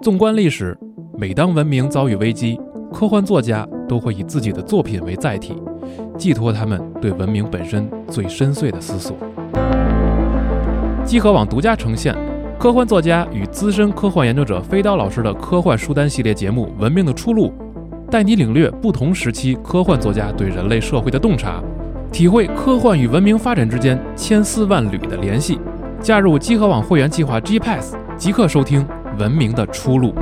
纵观历史，每当文明遭遇危机，科幻作家都会以自己的作品为载体，寄托他们对文明本身最深邃的思索。集合网独家呈现科幻作家与资深科幻研究者飞刀老师的科幻书单系列节目《文明的出路》，带你领略不同时期科幻作家对人类社会的洞察，体会科幻与文明发展之间千丝万缕的联系。加入集合网会员计划 G Pass，即刻收听《文明的出路》。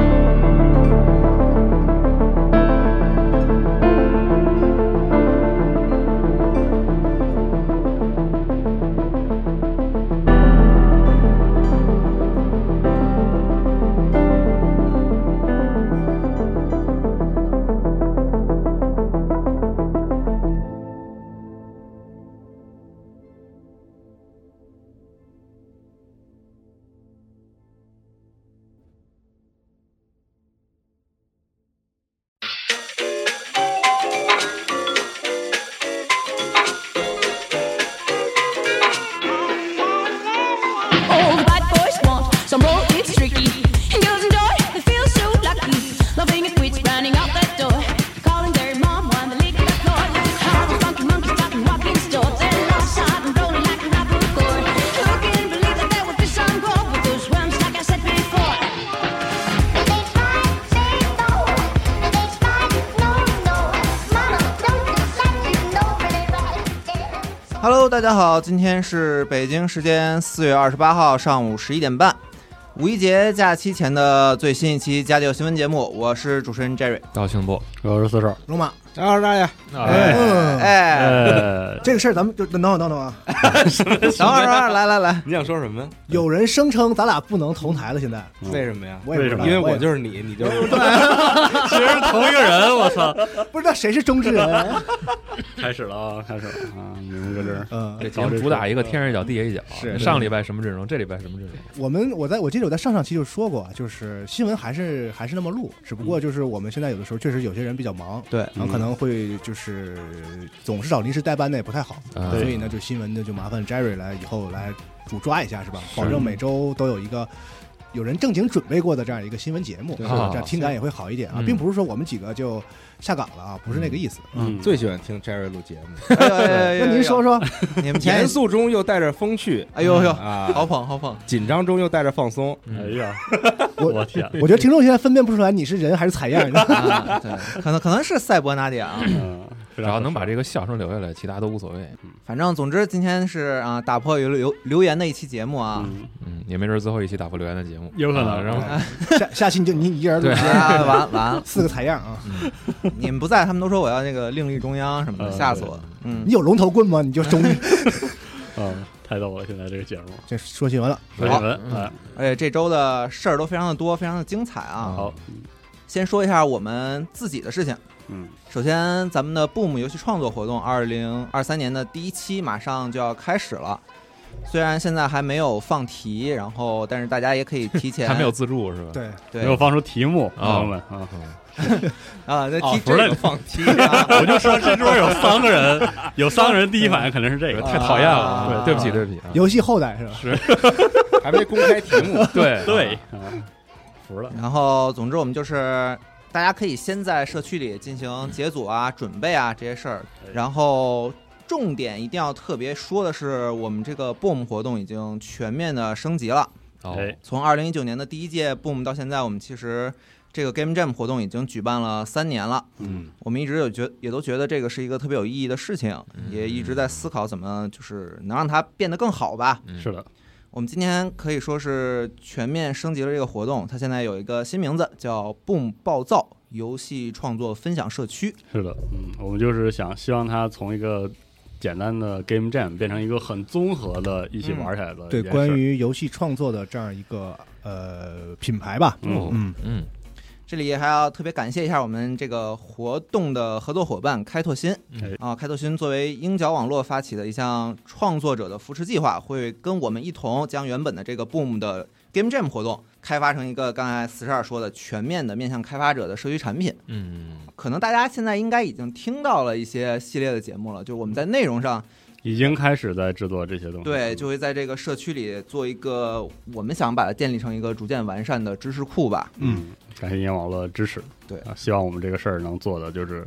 Oh, bad boys want some more, it's tricky. And girls enjoy, they feel so lucky. Loving is quits running out that door. Calling their mom when they lick the floor. Hard funky monkey cotton walking stores. And lost side and rolling like a rock record. Who can believe that there would be some gold with those worms like I said before? Hello，大家好，今天是北京时间四月二十八号上午十一点半，五一节假期前的最新一期家里有新闻节目，我是主持人 Jerry。高兴不？我是四少，龙马，然后大爷，哎，嗯，哎，呃，这个事儿咱们就等等等等啊！哎等会儿，等会儿，来来来，你想说什么呀？有人声称咱俩不能同台了，现在为什么呀？我也不知道，嗯因为我也就是你，你就是我。其实是同一个人，我操！不知道谁是中之人。 开始了啊，开始了啊！你们搁这儿，嗯，这节目主打一个天上一脚地下一脚。是上礼拜什么阵容，这礼拜什么阵容？我们我在我记得我在上上期就说过，啊就是新闻还是还是那么录，只不嗯过就是我们现在有的时候确实有些人比较忙，对然后可能会就是总是找临时代班的也不太好，啊所以呢，就新闻呢就麻烦 Jerry 来以后来主抓一下是吧？保证每周都有一个。有人正经准备过的这样一个新闻节目，这啊样听感也会好一点啊嗯，并不是说我们几个就下岗了啊，不是那个意思。嗯，最喜欢听 Jerry 录节目，那那您说，说，哎你们嗯前严，肃中又带着风趣，哎呦呦，啊，好捧好捧，紧张中又带着放松。哎呀，我 我天，我觉得听众现在分辨不出来你是人还是采样。 啊对，可能可能是赛博纳迪亚啊，嗯，只只要能把这个笑声留下来，其他都无所谓。反正总之今天是啊打破留留留言的一期节目啊，嗯，嗯，也没准最后一期打破留言的节目，有可能啊然后下下期你就你一人录嗯对啊完完了， 四个采样啊，你们不在，他们都说我要那个另立中央什么的，嗯吓死我了，嗯你，有龙头棍吗？你就中，嗯，太逗了，现在这个节目， 这说新闻了。说新嗯闻，哎，而且这周的事儿都非常的多，非常的精彩啊，嗯好，先说一下我们自己的事情。嗯，首先，咱们的 Boom 游戏创作活动二零二三年的第一期马上就要开始了。虽然现在还没有放题，然后但是大家也可以提 前还没有自助是吧？，对，对没有放出题目，啊朋友们啊， 啊，那哦题不是这个放题啊，我就说这桌有三个人，有三个人第一反应肯定是这个，太讨厌了，啊对，对不起，对不起啊，游戏后代是吧？还没公开题目，对对，啊服了，然后总之我们就是大家可以先在社区里进行解组啊、准备啊这些事儿，然后。重点一定要特别说的是，我们这个 Boom 活动已经全面的升级了。哦哎，从二零一九年的第一届 Boom 到现在，我们其实这个 Game Jam 活动已经举办了三年了。嗯，我们一直有觉也都觉得这个是一个特别有意义的事情，也一直在思考怎么就是能让它变得更好吧。是的，我们今天可以说是全面升级了这个活动，它现在有一个新名字叫 “Boom 暴躁游戏创作分享社区是的，嗯，我们就是想希望它从一个简单的 game jam 变成一个很综合的一起玩起来的一对，件事关于游戏创作的这样一个呃品牌吧。嗯嗯，嗯，”。这里还要特别感谢一下我们这个活动的合作伙伴开拓新哎啊，开拓新作为鹰角网络发起的一项创作者的扶持计划，会跟我们一同将原本的这个 Boom 的 Game Jam 活动开发成一个刚才四十二说的全面的面向开发者的社区产品。嗯，可能大家现在应该已经听到了一些系列的节目了，就是我们在内容上已经开始在制作这些东西。对，就会在这个社区里做一个，我们想把它建立成一个逐渐完善的知识库吧。嗯，感谢银眼网络的支持。对啊，希望我们这个事儿能做的就是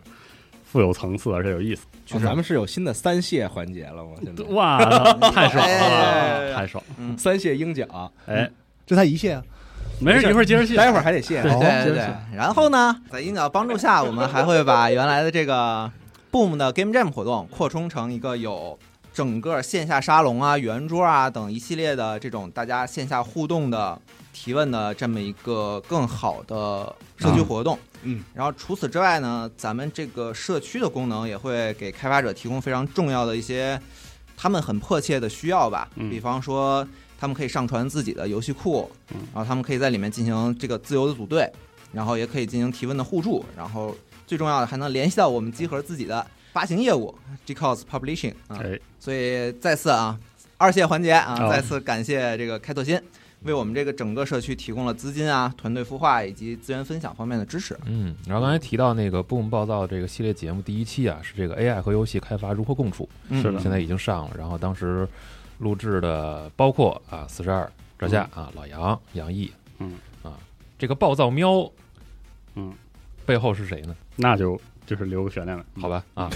富有层次，而且有意思。哦咱们是有新的三谢环节了吗？现在哇， 太爽了，哎嗯太爽了！三谢鹰角，哎，这才一谢啊，没事，一会儿接着戏。待会儿还得谢。对哦对对对。然后呢，在鹰角帮助下，我们还会把原来的这个 Boom 的 Game Jam 活动扩充成一个有整个线下沙龙啊、圆桌啊等一系列的这种大家线下互动的提问的这么一个更好的社区活动。嗯，然后除此之外呢，咱们这个社区的功能也会给开发者提供非常重要的一些他们很迫切的需要吧，嗯比方说他们可以上传自己的游戏库，嗯然后他们可以在里面进行这个自由的组队，然后也可以进行提问的互助，然后最重要的还能联系到我们集合自己的发行业务 g c o s Publishing 啊、哎，所以再次啊，二谢环节啊，哦再次感谢这个开拓新。为我们这个整个社区提供了资金啊、团队孵化以及资源分享方面的支持。嗯，然后刚才提到那个《Boom 暴躁》这个系列节目第一期啊，是这个 AI 和游戏开发如何共处，嗯是的现在已经上了。然后当时录制的包括啊四十二赵夏啊老杨杨毅，嗯啊这个暴躁喵，嗯，背后是谁呢？那就就是留个悬念了，好吧啊，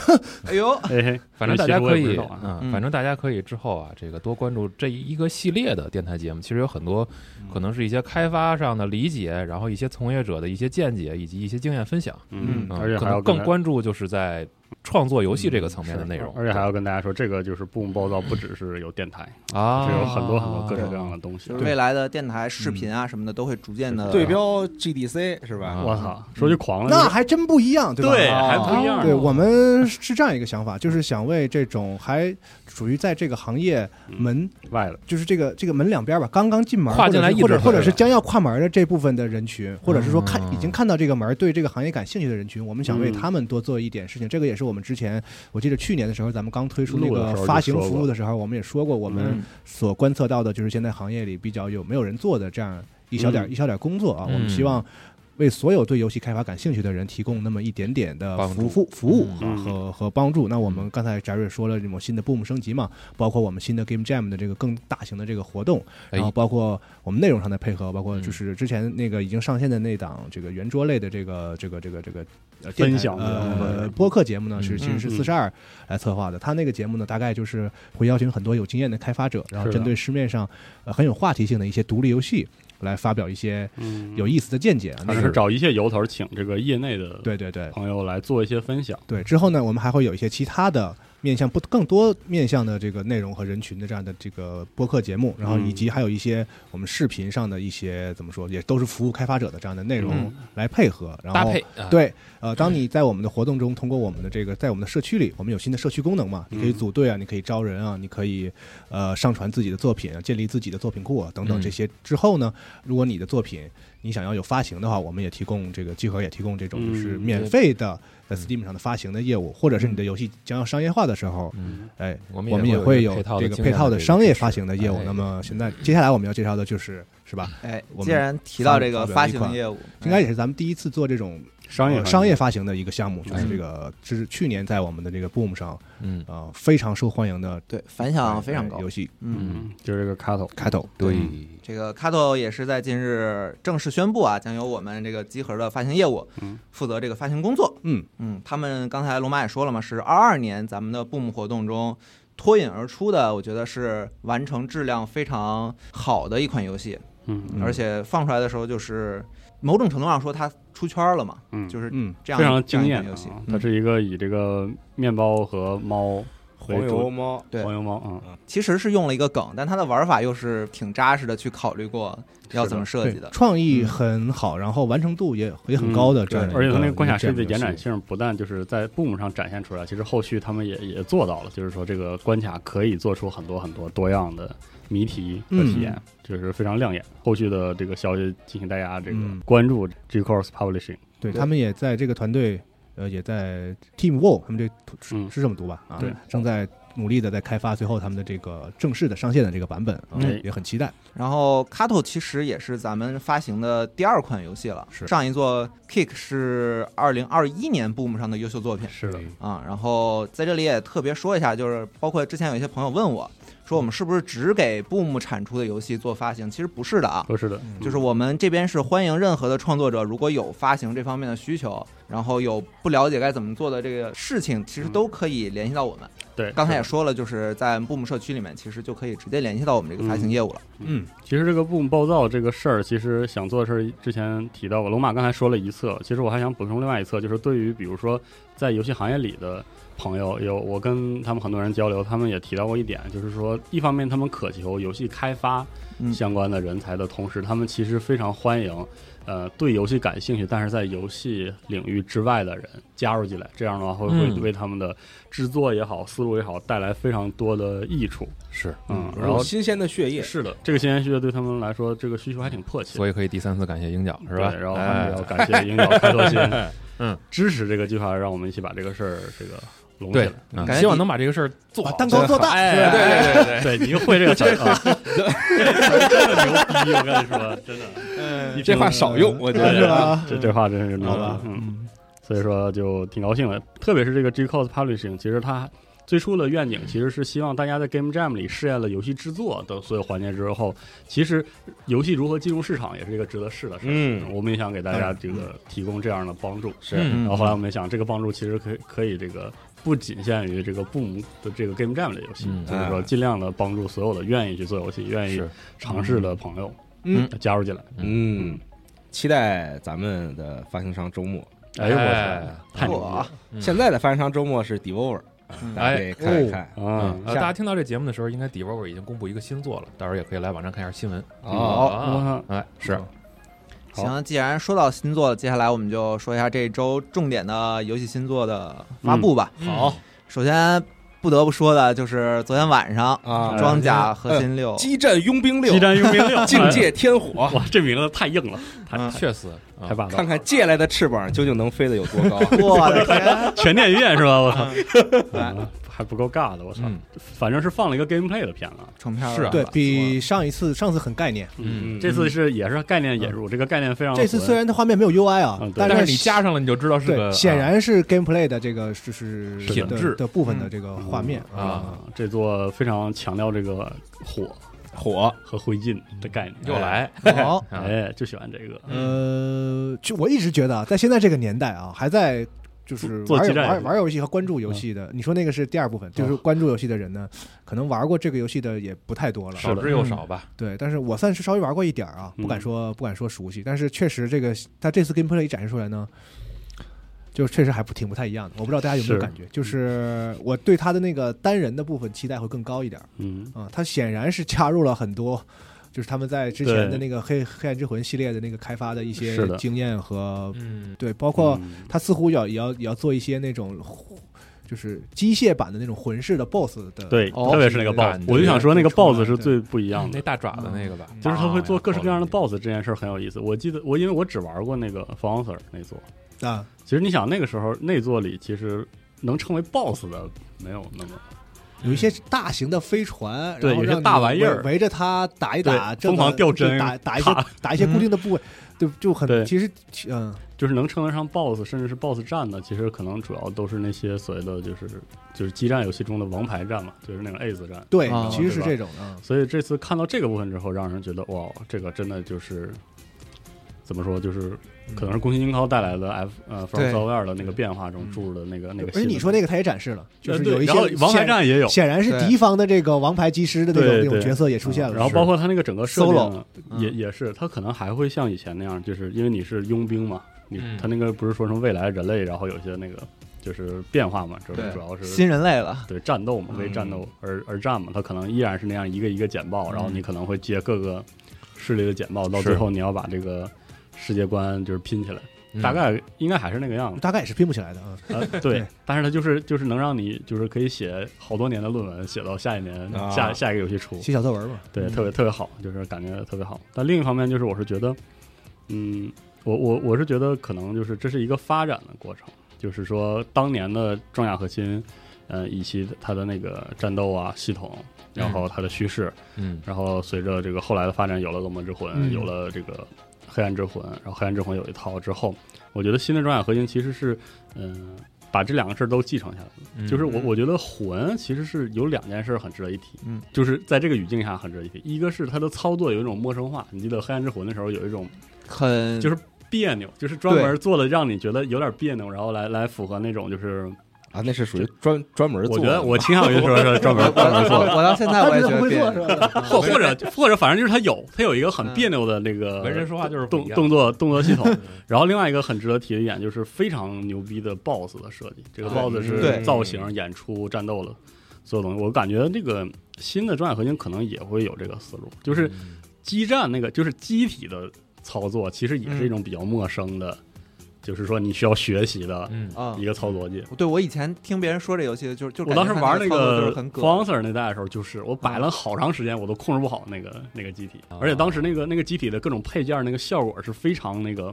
哎呦，哎嘿，反正大家 这其实可我也不以知道啊，啊嗯反正大家可以之后啊，这个多关注这一个系列的电台节目。其实有很多嗯可能是一些开发上的理解，然后一些从业者的一些见解以及一些经验分享。嗯嗯，嗯而且可还要能跟更关注就是在创作游戏这个层面的内容，而且还要跟大家说，这个就是不暴躁，不只是有电台，啊，是有很多很多各式各样的东西就。是未来的电台视频啊什么的都会逐渐的对标 GDC 是吧？啊我操，说句狂了，那还真不一样，对吧？对，哦还不一样呢。啊对我们是这样一个想法，就是想为这种还属于在这个行业门，外了，就是这个这个门两边吧，刚刚进门跨进来一直或者是或者是将要跨门的这部分的人群，或者是说看嗯已经看到这个门对这个行业感兴趣的人群，我们想为嗯他们多做一点事情。这个也是我们之前我记得去年的时候，咱们刚推出那录的时个候就发行说过服务的时候，我们也说过我们嗯所观测到的，就是现在行业里比较有没有人做的这样一小点、嗯一小点工作啊，我们嗯希望。为所有对游戏开发感兴趣的人提供那么一点点的帮助服服服务和嗯和和帮助。那我们刚才翟瑞说了这种新的 Boom 升级嘛，包括我们新的 Game Jam 的这个更大型的这个活动，哎然后包括我们内容上的配合，包括嗯就是之前那个已经上线的那档这个圆桌类的这个这个这个这个呃分电台享的呃播客节目呢，嗯是其实是嗯四十二来策划的。他那个节目呢，大概就是会邀请很多有经验的开发者，然后是的针对市面上呃很有话题性的一些独立游戏来发表一些嗯，有意思的见解啊。那反个正是找一些由头，请这个业内的对对对朋友来做一些分享。对，之后呢，我们还会有一些其他的面向不更多面向的这个内容和人群的这样的这个播客节目，然后以嗯及还有一些我们视频上的一些怎么说，也都是服务开发者的这样的内容嗯来配合，然后搭配。啊，对，呃，当你在我们的活动中，通过我们的这个，在我们的社区里，我们有新的社区功能嘛？你可以嗯组队啊，你可以招人啊，你可以呃上传自己的作品啊，建立自己的作品库啊，等等嗯这些。之后呢，如果你的作品你想要有发行的话，我们也提供这个集合也提供这种就是嗯免对嗯费的在 Steam 上的发行的业务，或者是你的游戏将要商业化的时候，嗯，哎，我我们也也会有有配套这的个经配验套的的这个商业支持发行的业务哎。那么现在接下来我们要介绍的就是是吧？哎，我们既然提到这个发行业务，哎应该也是咱们第一次做这种商业呃环商节业发行的一个项目，就是嗯这个，这是去年在我们的这个 Boom 上，嗯，呃，非常受欢迎的对反响呃啊非常高呃。游戏嗯，嗯，就是这个卡头，嗯开头。对，这个 Kato 也是在近日正式宣布啊，将由我们这个集合的发行业务嗯负责这个发行工作。嗯嗯，他们刚才龙马也说了嘛，是二二年咱们的 Boom 活动中脱颖而出的，我觉得是完成质量非常好的一款游戏，嗯嗯而且放出来的时候就是某种程度上说它出圈了嘛，嗯，就是嗯，这样非常这样惊一款艳啊游戏。它嗯是一个以这个面包和猫黄油猫，对黄油猫啊，嗯其实是用了一个梗，但它的玩法又是挺扎实的，去考虑过要怎么设对计的。创意很好，然后完成度也也很嗯高的这对样一个，而且它那个关卡一设这样计的游戏延展，性不但就是在 Boom 上展现出来，其实后续他们也也做到了，就是说这个关卡可以做出很多很多多样的谜题和体验，就是非常亮眼。后续的这个消息进行大家这个嗯关注 G Course Publishing，对对他们也在这个团队，呃，也在 Team Wall，他们这嗯是这么读吧？啊对，正在努力的在开发最后他们的这个正式的上线的这个版本啊嗯，也很期待。然后 Kato 其实也是咱们发行的第二款游戏了，是上一座 Kick 是二零二一年 Boom 上的优秀作品是的，啊、然后在这里也特别说一下，就是包括之前有一些朋友问我说，我们是不是只给 Boom 产出的游戏做发行？其实不是的啊。都是的，嗯就是我们这边是欢迎任何的创作者，如果有发行这方面的需求，然后有不了解该怎么做的这个事情，其实都可以联系到我们。对，刚才是也的说了，就是在 Boom 社区里面，其实就可以直接联系到我们这个发行业务了。嗯，其实这个 boom 暴躁这个事儿，其实想做的事儿之前提到过，龙马刚才说了一侧，其实我还想补充另外一侧，就是对于比如说在游戏行业里的朋友，有我跟他们很多人交流，他们也提到过一点，就是说一方面他们渴求游戏开发嗯相关的人才的同时，他们其实非常欢迎。呃，对游戏感兴趣，但是在游戏领域之外的人加入进来，这样的话会会嗯为他们的制作也好、思路也好带来非常多的益处。是，嗯，有然后新鲜的血液，是的，这个新鲜需求对他们来说，这个需求还挺迫切，所以可以第三次感谢鹰角是吧？对然后还哎是要感谢樱岛开拓新， 嗯，支持这个计划，让我们一起把这个事儿这个拢起对来。，嗯感觉希望能把这个事儿做把好蛋糕做大哎，对哎对对对，对，你又会这个词 儿啊，真的牛逼！我跟你说，真的，嗯你这话少用，我觉嗯对是得。吧这这话真是牛好吧逼，嗯，所以说就挺高兴的。特别是这个 G Cos Publishing，其实它最初的愿景其实是希望大家在 Game Jam 里试验了游戏制作的所有环节之后，其实游戏如何进入市场也是一个值得试的事儿。嗯，我们也想给大家这个提供这样的帮助，是嗯然后后来我们也想，这个帮助其实可以可以这个不仅限于这个 Boom 的这个 Game Jam 的游戏，嗯就是说尽量的帮助所有的愿意去做游戏、愿意是尝试的朋友，嗯，加入进来。嗯，期待咱们的发行商周末。哎呦我操，太牛逼哇了！嗯现在的发行商周末是 Devour，大家可以看一看。啊嗯，！呃，大家听到这节目的时候，应该 d e v o r 已经公布一个新作了，到时候也可以来网站看一下新闻。哦，啊，哎，是好行，既然说到新作了，接下来我们就说一下这周重点的游戏新作的发布吧。嗯好，首先不得不说的就是昨天晚上啊《装甲核嗯心六》激战佣兵六激，战佣兵六， 境界天火，哇，这名字太硬了，太嗯确实太啊，霸道看了！看借来的翅膀究竟能飞得有多 高。我的 天，全电影院是吧？我操，嗯 啊还不够尬的，我操嗯！反正是放了一个 gameplay 的片子，成片儿了是啊对比上一次上次很概念，嗯这次是也是概念引入，这个概念非常这次混虽然它画面没有 UI 啊嗯，啊对但是是你加上了，你就知道是对个啊显然是 gameplay 的这个就是是的品的质的部分的这个画面嗯啊，啊，这座非常强调这个火火，和灰烬的概念。嗯又，来，好。 啊哎，就喜欢这个。呃，就我一直觉得，啊，在现在这个年代啊，还在就是做做玩基站玩玩游戏和关注嗯游戏的，你说那个是第二部分，啊就是关注游戏的人呢，可能玩过这个游戏的也不太多了。少之又少吧，对，但是我算是稍微玩过一点儿啊，嗯不敢说不敢说熟悉，但是确实这个他这次 gameplay 一展示出来呢，就确实还不挺不太一样的。我不知道大家有没有是感觉，就是我对他的那个单人的部分期待会更高一点儿嗯，啊。他显然是加入了很多。就是他们在之前的对那个黑《黑暗之魂》系列的那个开发的一些是的经验和嗯，对，包括嗯他似乎要也要也要做一些那种就是机械版的那种魂式的 BOSS 的，对，哦特别是那个感 boss，觉嗯我就想说那个出来 boss 是最不一样那的。大爪子那个吧，就是他会做各式各样的爆 boss 这件事儿很有意思。我记得我因为我只玩过那个 f o n s e r 那座，啊，其实你想那个时候那座里其实能成为 boss 的没有那么有一些大型的飞船，嗯对然后有些让你大玩意儿围围着它打一打，对这个疯狂掉帧就打打一些卡打一些固定的 部位，对，就很对其实嗯，就是能称得上 BOSS，甚至是 BOSS 战的，其实可能主要都是那些所谓的就是呃就是激战游戏中的王牌战嘛，就是那种 Ace 战。对啊，其实是对吧这种嗯的，所以这次看到这个部分之后，让人觉得哇，这个真的就是怎么说，就是嗯可能是宫崎英高带来的 F 呃 From 对 Software 的那个变化中注入的那个那个而新的。且你说那个他也展示了，就是呃对有一些然后王牌显战也有。显然是对敌方的这个王牌技师的那种对那种对啊角色也出现了，嗯然后是包括他那个整个设定 Solo，也也是，他可能还会像以前那样，就是因为你是佣兵嘛，你嗯他那个不是说成未来人类，然后有些那个就是变化嘛，就是对主要是新人类了，对战斗嘛，为战斗而而战嘛，它可能依然是那样一个一个简报，然后你可能会接各个势力的简报，到是最后你要把这个世界观就是拼起来，嗯大概应该还是那个样子。大概也是拼不起来 的啊，呃对对，但是它就是就是能让你就是可以写好多年的论文，写到下一年啊下下一个游戏出，写小作文嘛，对，特别特别好，就是感觉特别好。但另一方面就是，我是觉得，嗯，我我我是觉得可能就是这是一个发展的过程，就是说当年的装甲核心呃，以及它的那个战斗啊系统，然后它的叙事，嗯然后随着这个后来的发展，有了《恶魔之魂》嗯有了这个《黑暗之魂》，然后《黑暗之魂》有一套之后，我觉得新的《装甲合金》其实是，嗯、把这两个事儿都继承下来了。嗯就是我我觉得魂其实是有两件事儿很值得一提，嗯，就是在这个语境下很值得一提。一个是它的操作有一种陌生化，你记得《黑暗之魂》的时候有一种很就是别扭，就是专门做的让你觉得有点别扭，然后来来符合那种就是，啊，那是属于专专门做我的。觉得我倾向于说是专我门专门做的。我我到现在哎我也觉得会别做扭是 吧？嗯或或者或者，反正就是他有他有一个很别扭的那个文人说话就是不动一样动作动作 系统。然后另外一个很值得提的一点就是非常牛逼的 BOSS 的设计，这个对 BOSS 对是造型、演出、战斗的所有东西。我感觉那个新的《装甲合金》可能也会有这个思路，嗯就是激战那个就是机体的操作，其实也是一种比较陌生的，就是说你需要学习的嗯啊一。个操作逻辑。对，我以前听别人说这游戏，就是就是我当时玩那那个就是很葛嗯 f o n s e r 那代的时候，就是我摆了好长时间，我都控制不好那个那个机体，哦而且当时那个那个机体的各种配件那个效果是非常那个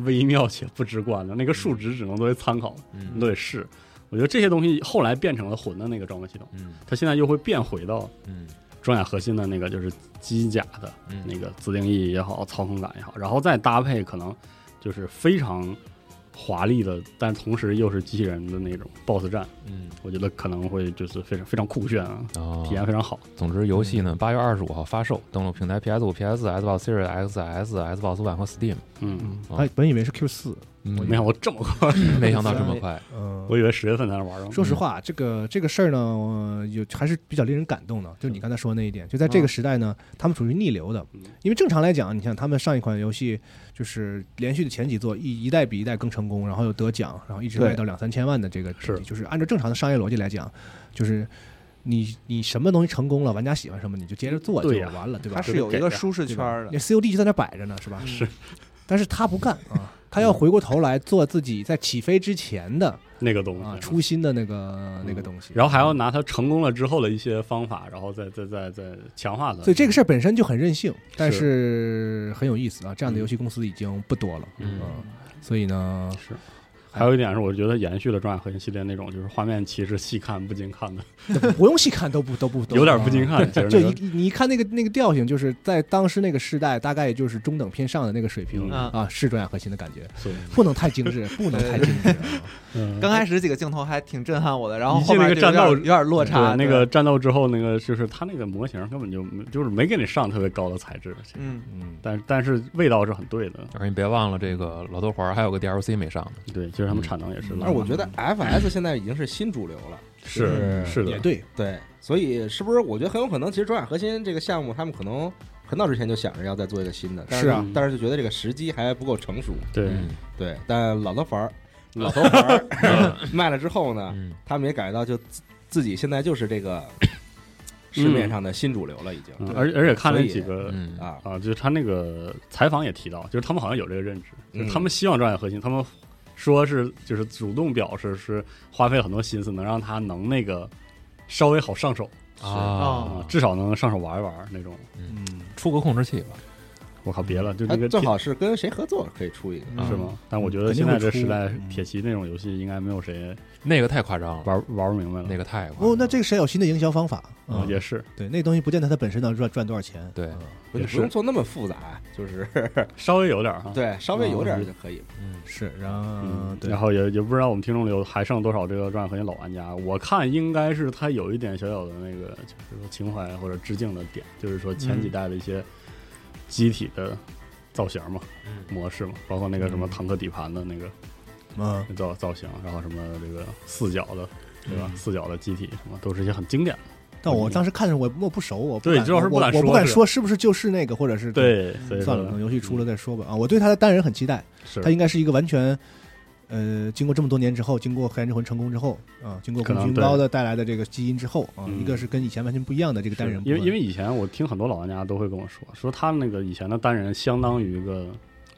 微妙且不直观的，那个嗯数值只能作为参考，你嗯都得试。我觉得这些东西后来变成了魂的那个装备系统，嗯它现在又会变回到嗯装甲核心的那个就是机甲的嗯那个自定义也好，操控感也好，然后再搭配可能就是非常华丽的，但同时又是机器人的那种 BOSS 战。嗯，我觉得可能会就是非常非常酷炫啊，哦体验非常好。总之，游戏呢，八月二十五号发售，登陆平台 PS 五、PS、Xbox Series XS、Xbox One 和 Steam。嗯，哦哎，本以为是 Q 四，嗯没想到这么 快，没想到这么快，嗯，我以为十月份才能玩上。说实话，这个这个事儿呢，呃有还是比较令人感动的。就你刚才说的那一点，就在这个时代呢，他们属于逆流的嗯，因为正常来讲，你像他们上一款游戏就是连续的前几座一一代比一代更成功，然后又得奖，然后一直对卖到两三千万的这个，是就是按照正常的商业逻辑来讲，就是你你什么东西成功了，玩家喜欢什么，你就接着做就对呀完了，对吧？它是有一个舒适对圈吧的那，COD 就在那摆着呢，是吧？是。但是他不干啊，他嗯要回过头来做自己在起飞之前的那个东啊西，初心的那个那个东西。嗯然后还要拿它成功了之后的一些方法，然后再再再再强化它。所以这个事儿本身就很任性，但是很有意思啊！这样的游戏公司已经不多了，啊嗯所以呢， 是。还有一点是，我觉得延续了《装甲核心》系列那种，就是画面其实细看不经看的，不用细看都不都不都有点不经看。其实就那一个你一看那个那个调性，就是在当时那个时代，大概也就是中等偏上的那个水平、嗯啊，是转眼核心的感觉，是不能太精致， 不能太精致啊。嗯刚开始几个镜头还挺震撼我的，然后一后进面那个就有战斗点有点落差，对那对个战斗之后，那个就是它那个模型根本就没就是没给你上特别高的材质，其实嗯，嗯，但但是味道是很对的。而且你别忘了，这个老头环儿还有个 DLC 没上呢。对，其实他们产能也是嗯拉满的。但是我觉得 FS 现在已经是新主流了，是是也的，对，对，所以是不是？我觉得很有可能，其实装甲核心这个项目，他们可能很早之前就想着要再做一个新的，但是是啊但是就觉得这个时机还不够成熟。对，嗯对，但老头环儿，老头环儿 卖了之后啊呢，嗯他们也感觉到就自自己现在就是这个市面上的新主流了，已经。嗯对而而且看那所以几个嗯啊，啊，就是他那个采访也提到，就是他们好像有这个认知，嗯就是他们希望专业核心，他们说是就是主动表示是花费了很多心思，能让他能那个稍微好上手啊啊，，至少能上手玩一玩那种。嗯，出个控制器吧。我靠，别了，就他那个最铁哎呃好是跟谁合作可以出一个。嗯是吗？但我觉得肯定现会在这出时代嗯，铁骑那种游戏应该没有谁那个太夸张了，玩玩明白了。那个太夸张了哦，那这个谁有新的营销方法？啊啊，也是对，那东西不见得它本身能赚赚多少钱，对嗯不你也是不用做那么复杂，啊就是稍微有点儿哈。对，稍微有点儿就可以。是，然后嗯，对然，后也也不知道我们听众里有还剩多少这个《转眼核心》老玩家。我看应该是他有一点小小的那个，就是说情怀或者致敬的点，就是说前嗯几代的一些机体的造型嘛、嗯模式嘛，包括那个什么坦克底盘的那个嗯，造造型，然后什么这个四角的，对嗯吧？四角的机体什么，都是一些很经典的。但我当时看着我我不熟，我不对敢主要是不我敢我不说敢是说是不是就是那个，或者是对，所以算了，等说嗯游戏出了再说吧。啊，我对他的单人很期待，是他应该是一个完全，呃，经过这么多年之后，经过黑暗之魂成功之后，啊，经过可红能军对高的带来的这个基因之后，啊，嗯一个是跟以前完全不一样的这个单人部因分，为因为以前我听很多老玩家都会跟我说，说他那个以前的单人相当于一个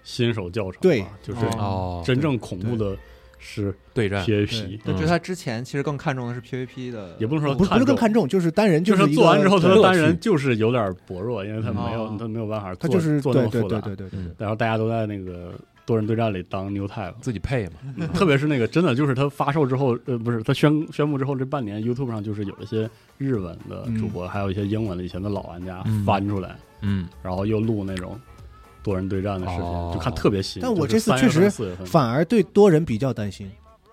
新手教程吧，对就是。哦，真正恐怖的是对战 PVP，就嗯觉得他之前其实更看重的是 PVP 的，也不能说不不是更看看重，就是单人重，就是是一做完个之后他的乐单人趣，就是有点薄弱，因为他没有嗯哦他没有办法做，他就是做对那么对复对杂。对对对，嗯然后大家都在那个多人对战里当 New Type，自己配嘛， 特别是那个真的就是它发售之后，呃，不是它宣宣布之后这半年，YouTube 上就是有一些日文的嗯主播，还有一些英文的以前的老玩家嗯翻出来，嗯，然后又录那种多人对战的视频，哦就看特别新。但我就这是次3确实月份4月份反而对多人比较担心，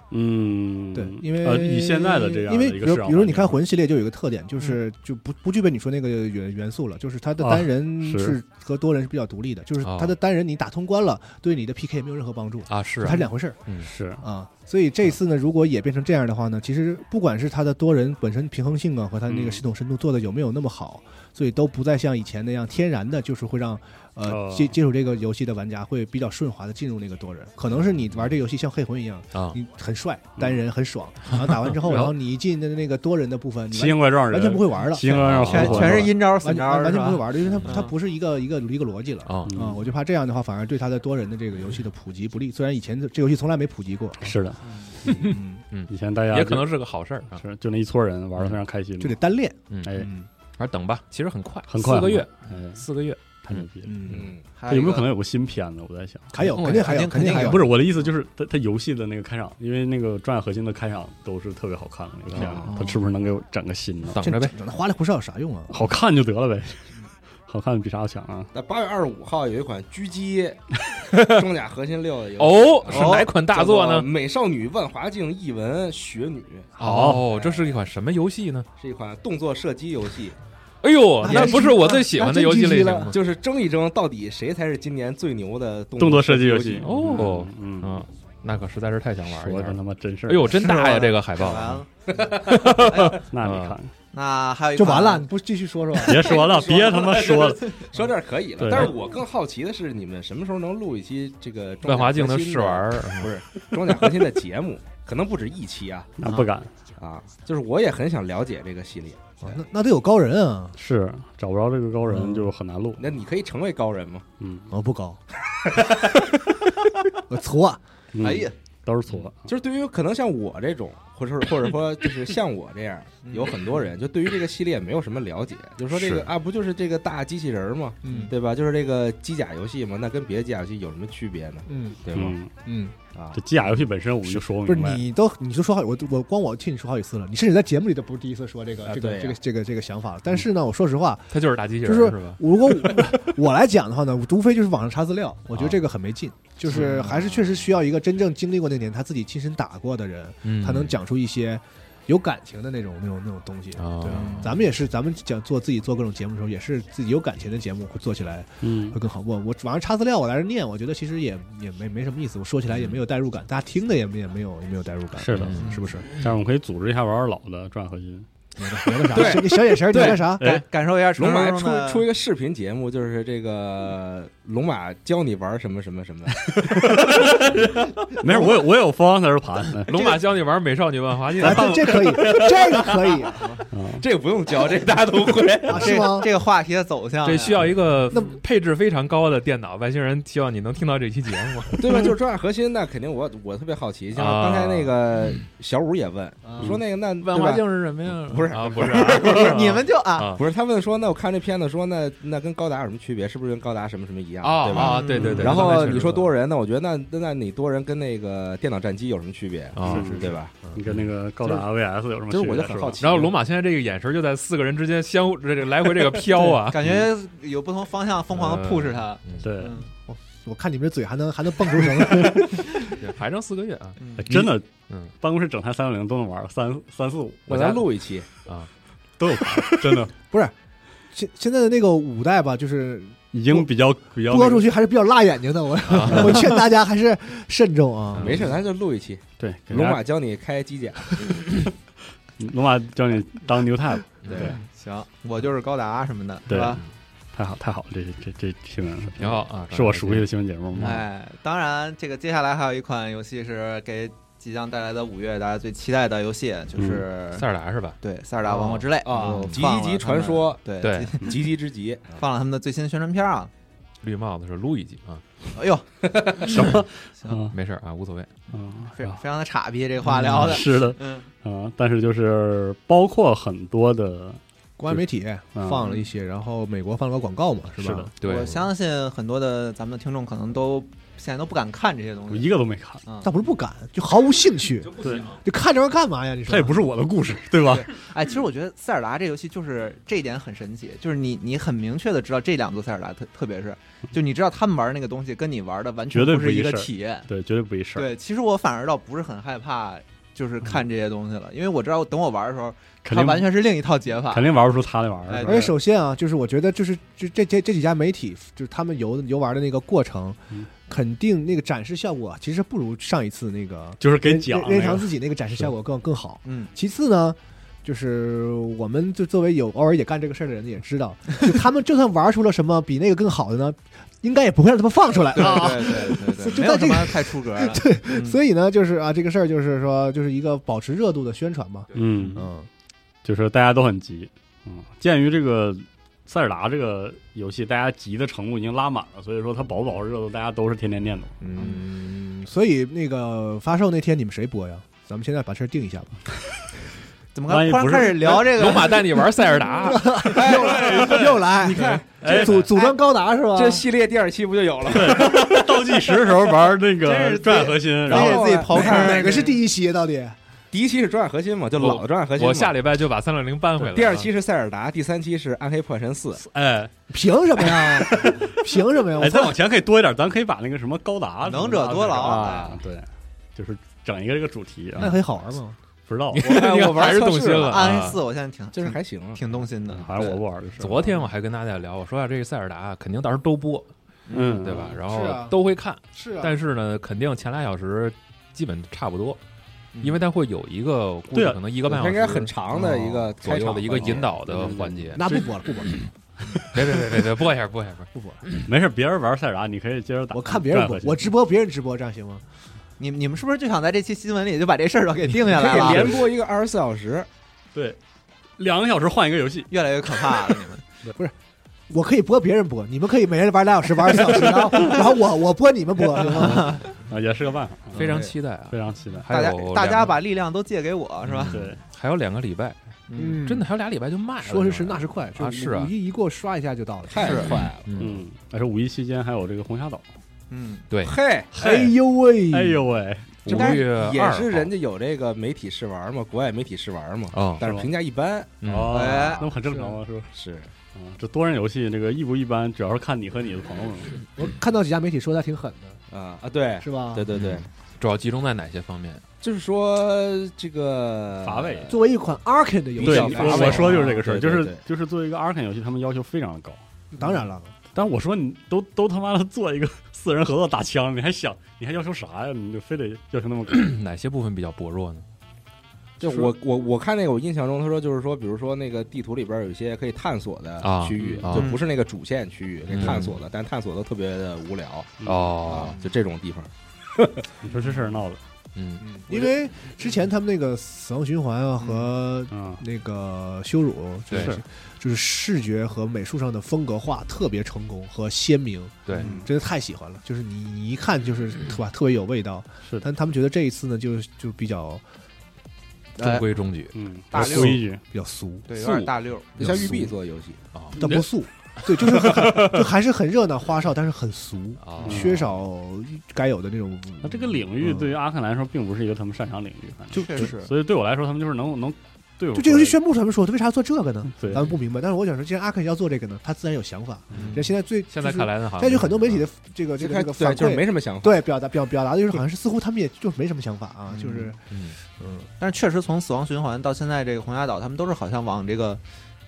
嗯，对，因为、呃，以现在的这样因的为一比个如市场环境，嗯比如你看魂系列就有一个特点，就是就不不具备你说那个元元素了，就是它的啊单人是是和多人是比较独立的，就是哦它的单人你打通关了，对你的 PK 没有任何帮助，啊是它啊是两回事儿是啊。所以这次呢，如果也变成这样的话呢，其实不管是它的多人本身平衡性啊，和它那个嗯系统深度做的有没有那么好，所以都不再像以前那样天然的，就是会让呃哦接接触这个游戏的玩家会比较顺滑的进入那个多人。可能是你玩这个游戏像黑魂一样，啊你很帅，单人很爽，然后打完之后，然然后后你一进那那个多人的部分，你奇形怪状完人，完全不会玩了，奇形怪状人全活活全是的阴招完死全招，完是全吧不会玩了，因为它嗯它不是一个一个一个逻辑了。啊啊、嗯我就怕这样的话，反而对它的多人的这个游戏的普及不利。虽然以前这这游戏从来没普及过，嗯是的，嗯，以前大家也就可能是个好事儿啊，是就那一撮人玩的非常开心，就得单练。嗯，哎嗯反正等吧，其实很快，很快四个月，哎，四个月，太牛逼了。嗯，嗯，它有没有可能有个新片子？我在想，还有嗯肯定肯还有定肯定还有，不是是我的意思，就是它它游戏的那个开场，因为那个《专业核心》的开场都是特别好看的那个片子哦，它是不是能给我整个新的？等着呗，整的花里胡哨有啥用啊？好看就得了呗，好看比啥强啊？那八月二十五号有一款狙击装甲核心六的游戏哦，啊是哪款大作叫呢？做《美少女万华镜异闻雪女哦，这是一款什么游戏呢？》是一款动作射击游戏，哎呦，那那真不是是我那最喜那欢的真游戏狙击类型了吗？就是争一争到底谁才是今年最牛的动动作作射击游 游戏哦嗯，嗯嗯，那可实在是太想玩说一下的他了。妈真事儿。哎呦，，真大呀！是吧这个海报完，了，那你看，？那还有一就款完了，你不继续说说吧别说 了，别他妈说了，说这儿可以了对。但是我更好奇的是，你们什么时候能录一期这个装甲万华镜核的心试玩儿， 不是装甲核心的节目？可能不止一期啊那不敢，啊！就是我也很想了解这个系列。哦那那得有高人啊！是找不着这个高人就很难录。那你可以成为高人吗？嗯，我哦不高，我挫，嗯哎呀，都是错。啊就是对于可能像我这种，或者或者说就是像我这样，有很多人就对于这个系列没有什么了解，就说这是个啊，不就是这个大机器人儿吗？嗯对吧？就是这个机甲游戏嘛，那跟别的机甲游戏有什么区别呢？嗯对吗？嗯，嗯，啊这，机甲游戏本身我们就说不是明白，你都你都说好，我我光我替你说好几次了，你甚至在节目里都不是第一次说这个啊这个对呀这个这个这个想法了。但是呢，我说实话，它就是打机器就人是是吧？如果我 我来讲的话呢，我无非就是网上查资料，我觉得这个很没劲，就是还是确实需要一个真正经历过那年他自己亲身打过的人，嗯，他能讲出一些有感情的那种那种那种东西。哦对，咱们也是，咱们讲做自己做各种节目的时候，也是自己有感情的节目会做起来嗯会更好。我我网上查资料，我在这念，我觉得其实也也没没什么意思，我说起来也没有代入感，大家听的也没也没有也没有代入感，是的嗯是不是？但是我们可以组织一下玩玩老的转核心，聊个聊个啥？对你小眼神，聊对个啥？哎感感受一下龙传马说出中的出一个视频节目，就是这个龙马教你玩什么什么什么，没事，我有我有方在这盘，哎龙马教你玩美少女万华镜，啊，这这可以，这个可以 这个不用教，这个大家都会。啊，是这吗？这个话题的走向呀，这需要一个那配置非常高的电脑。外星人希望你能听到这期节目。对吧？就是专业核心，那肯定我我特别好奇，像啊刚才那个小五也问，啊嗯说那个那万对华吧镜是什么呀？不是啊，不是啊，不是啊你们就啊，啊不是他问说，那我看这片子说，那那跟高达有什么区别？是不是跟高达什么什么一样？啊对吧？啊，对对对。然刚才后确实你说问多人，那我觉得那那那你多人跟那个电脑战机有什么区别？啊是是是对吧？你跟那个高达 VS 有什么区别？就是我就很是好吧。奇。然后龙马现在这个眼神就在四个人之间相互这这来回这个飘啊，感觉有不同方向疯狂的 push 他。对，嗯我看你们这嘴还能还能蹦出什么？ 还剩四个月啊哎真的，嗯，办公室整台三六零都能玩，三三四五我家咱录一期，啊，都有盘，真的现现在的那个五代吧，就是已经比较比较播出去还是比较辣眼睛的。我啊我劝大家还是慎重啊。没事，咱就录一期。对龙马教你开机甲，龙马教你当 new type，对，行，我就是高达什么的，是对吧？太好太好了，这这这这新闻挺好啊，是我熟悉的新闻节目吗？啊哎，当然，这个接下来还有一款游戏是给即将带来的五月大家最期待的游戏，就是哎塞尔达是吧？对《塞尔达王国之泪》哦嗯吉放了吉他们传说对对， 极极之极，放了他们的最新宣传片啊。绿帽子是路易吉啊，哎呦，什么？行，没事儿啊，无所谓。嗯，非非常的岔逼，这话聊啊的，是的嗯，啊，但是就是包括很多的国外媒体嗯放了一些，然后美国放了个广告嘛，是吧？是的对我，相信很多的咱们的听众可能都现在都不敢看这些东我西一个都没看，啊。倒不是不敢，就毫无兴趣，对，就看这玩意儿干嘛呀？你说它也不是我的故事，对吧？哎，其实我觉得塞尔达这游戏就是这一点很神奇，就是你你很明确的知道这两座塞尔达，特特别是就你知道他们玩那个东西跟你玩的完全绝对不不是一一个事儿体验。对，绝对不一事儿，对，其实我反而倒不是很害怕，就是看这些东西了，因为我知道等我玩的时候，嗯肯它定完全是另一套解法肯。定玩不出他那玩意哎儿。而对且首先啊，就是我觉得就是就这这这几家媒体，就是他们游游玩的那个过程，嗯肯定那个展示效果啊其实不如上一次那个就是给任讲任任那长个，自己那个展示效果更更好。 嗯，其次呢，就是我们就作为有偶尔也干这个事儿的人也知道，就他们就算玩出了什么比那个更好的呢，应该也不会让他们放出来对啊。对对对就对，没有在这什个么太出格了。嗯 所以呢，就是啊，这个事儿就是说，就是一个保持热度的宣传嘛。嗯，嗯，就是大家都很急。嗯，鉴于这个塞尔达这个游戏，大家急的程度已经拉满了，所以说它保不保持热度，大家都是天天念叨。嗯，所以那个发售那天你们谁播呀？咱们现在把事儿定一下吧。怎么万看一突然不是开始聊这 龙个？马带你玩塞尔 达，又来又来，你看哎，祖祖传高达是吧？这系列第二期不就有了？倒计时的时候玩那真个是转核心，然然后后自己刨坑儿，哪个是第一期啊到底？第一期是《中亚核心》嘛，就老的《中亚核心》嘛。我下礼拜就把三六零搬回来了。啊第二期是塞尔达，第三期是《暗黑破坏神四》。哎凭什么呀？凭什么呀？哎，我再操往前可以多一点，咱可以把那个什么高达什么的能者多劳啊，对，就是整一个这个主题那啊，很好玩吗？不知道 你，哎你我玩还是测动试心了了。啊暗啊黑四，我现在挺就是还行啊，挺动心的。反正我不玩就是。昨天我还跟大家聊，我说啊，这个塞尔达肯定到时候都播，嗯，对吧？？然是后啊都会看，是啊但是呢，肯定前俩小时基本差不多，嗯因为它会有一个，我估计对啊可能一个半小它时哦应该很长的一个左开右场的一个环节引导的环节。那不播了，不播了，别别别别别，播一下播一下，播一下不播了。 没事，别人玩塞尔达，你可以接着打。我看别转人播回，去我直播别人直播，这样行吗？你你们是不是就想在这期新闻里就把这事儿都给定下来可以了？连播一个二十四小时，对两个小时换一个游戏， 越来越可怕了，你们。我可以播别人播，你们可以每人玩俩小时，玩二十小时，然后然后我我播你们播，行吗？啊，也是个办法，嗯非常期待啊！非常期待。还大家有大两家个把力量都借给我是吧？对，还有两个礼拜，嗯，真的还有俩礼拜就卖了。说是迟这玩那意儿是快，就啊是啊五一一过刷一下就到了。太快了。嗯，嗯，而且五一期间还有这个红霞岛，嗯，嘿，哎呦喂，哎呦喂，五但月是也二号是人家有这个媒体试玩嘛，国外媒体试玩嘛，哦，但是是吧评价一般。嗯哦哎，那不很正常吗？是吧？是，啊，这多人游戏这个一不一般，主要是看你和你的朋友们。我看到几家媒体说他挺狠的，啊啊，对，是吧？对对对嗯，主要集中在哪些方面？ 就是说这个乏味作为一款 Arkin 的游对，戏较，乏我味我说就是这个事儿，对就对是对就是作为一个 a r k a n 游戏，他们要求非常的高。当然了，但是我说你都都他妈的做一个 四人合作打枪，你还想你还要求啥呀？你就非得要求那么高？哪些部分比较薄弱呢？就我我我看那个，我印象中他说就是说，比如说那个地图里边有一些可以探索的啊区域，啊就不是那个主线区域可以嗯探索的，但探索都特别的无聊哦啊，，就这种地方。嗯你说这事儿闹的，嗯，因为之前他们那个死亡循环啊和嗯，那个羞辱，就对是就是视觉和美术上的风格化特别成功和鲜明，对，真的太喜欢了。就是你你一看就是特吧特别有味道，是的，但他们觉得这一次呢就就比较中规中矩嗯，大规矩，比较俗，对，有点素大溜儿。就像育碧做的游戏，啊但不素，对，就是很很 就还是很热闹花哨，但是很俗，啊，缺少该有的那种。那啊这个领域对于阿肯来说，并不是一个他们擅长领域，反正就确嗯就实，所以对我来说，他们就是能能对我就这游戏宣布他们说，他为啥做这个呢？对咱们不明白。但是我想说，既然阿肯要做这个呢，他自然有想法。那现在最嗯现在看来，来呢，好像现在就很多媒体的这个这个就开这个对反就是馈没什么想法。对表达表表达的就是好像是似乎他们也就没什么想法啊，就是嗯嗯，但是确实从死亡循环到现在这个红霞岛，他们都是好像往这个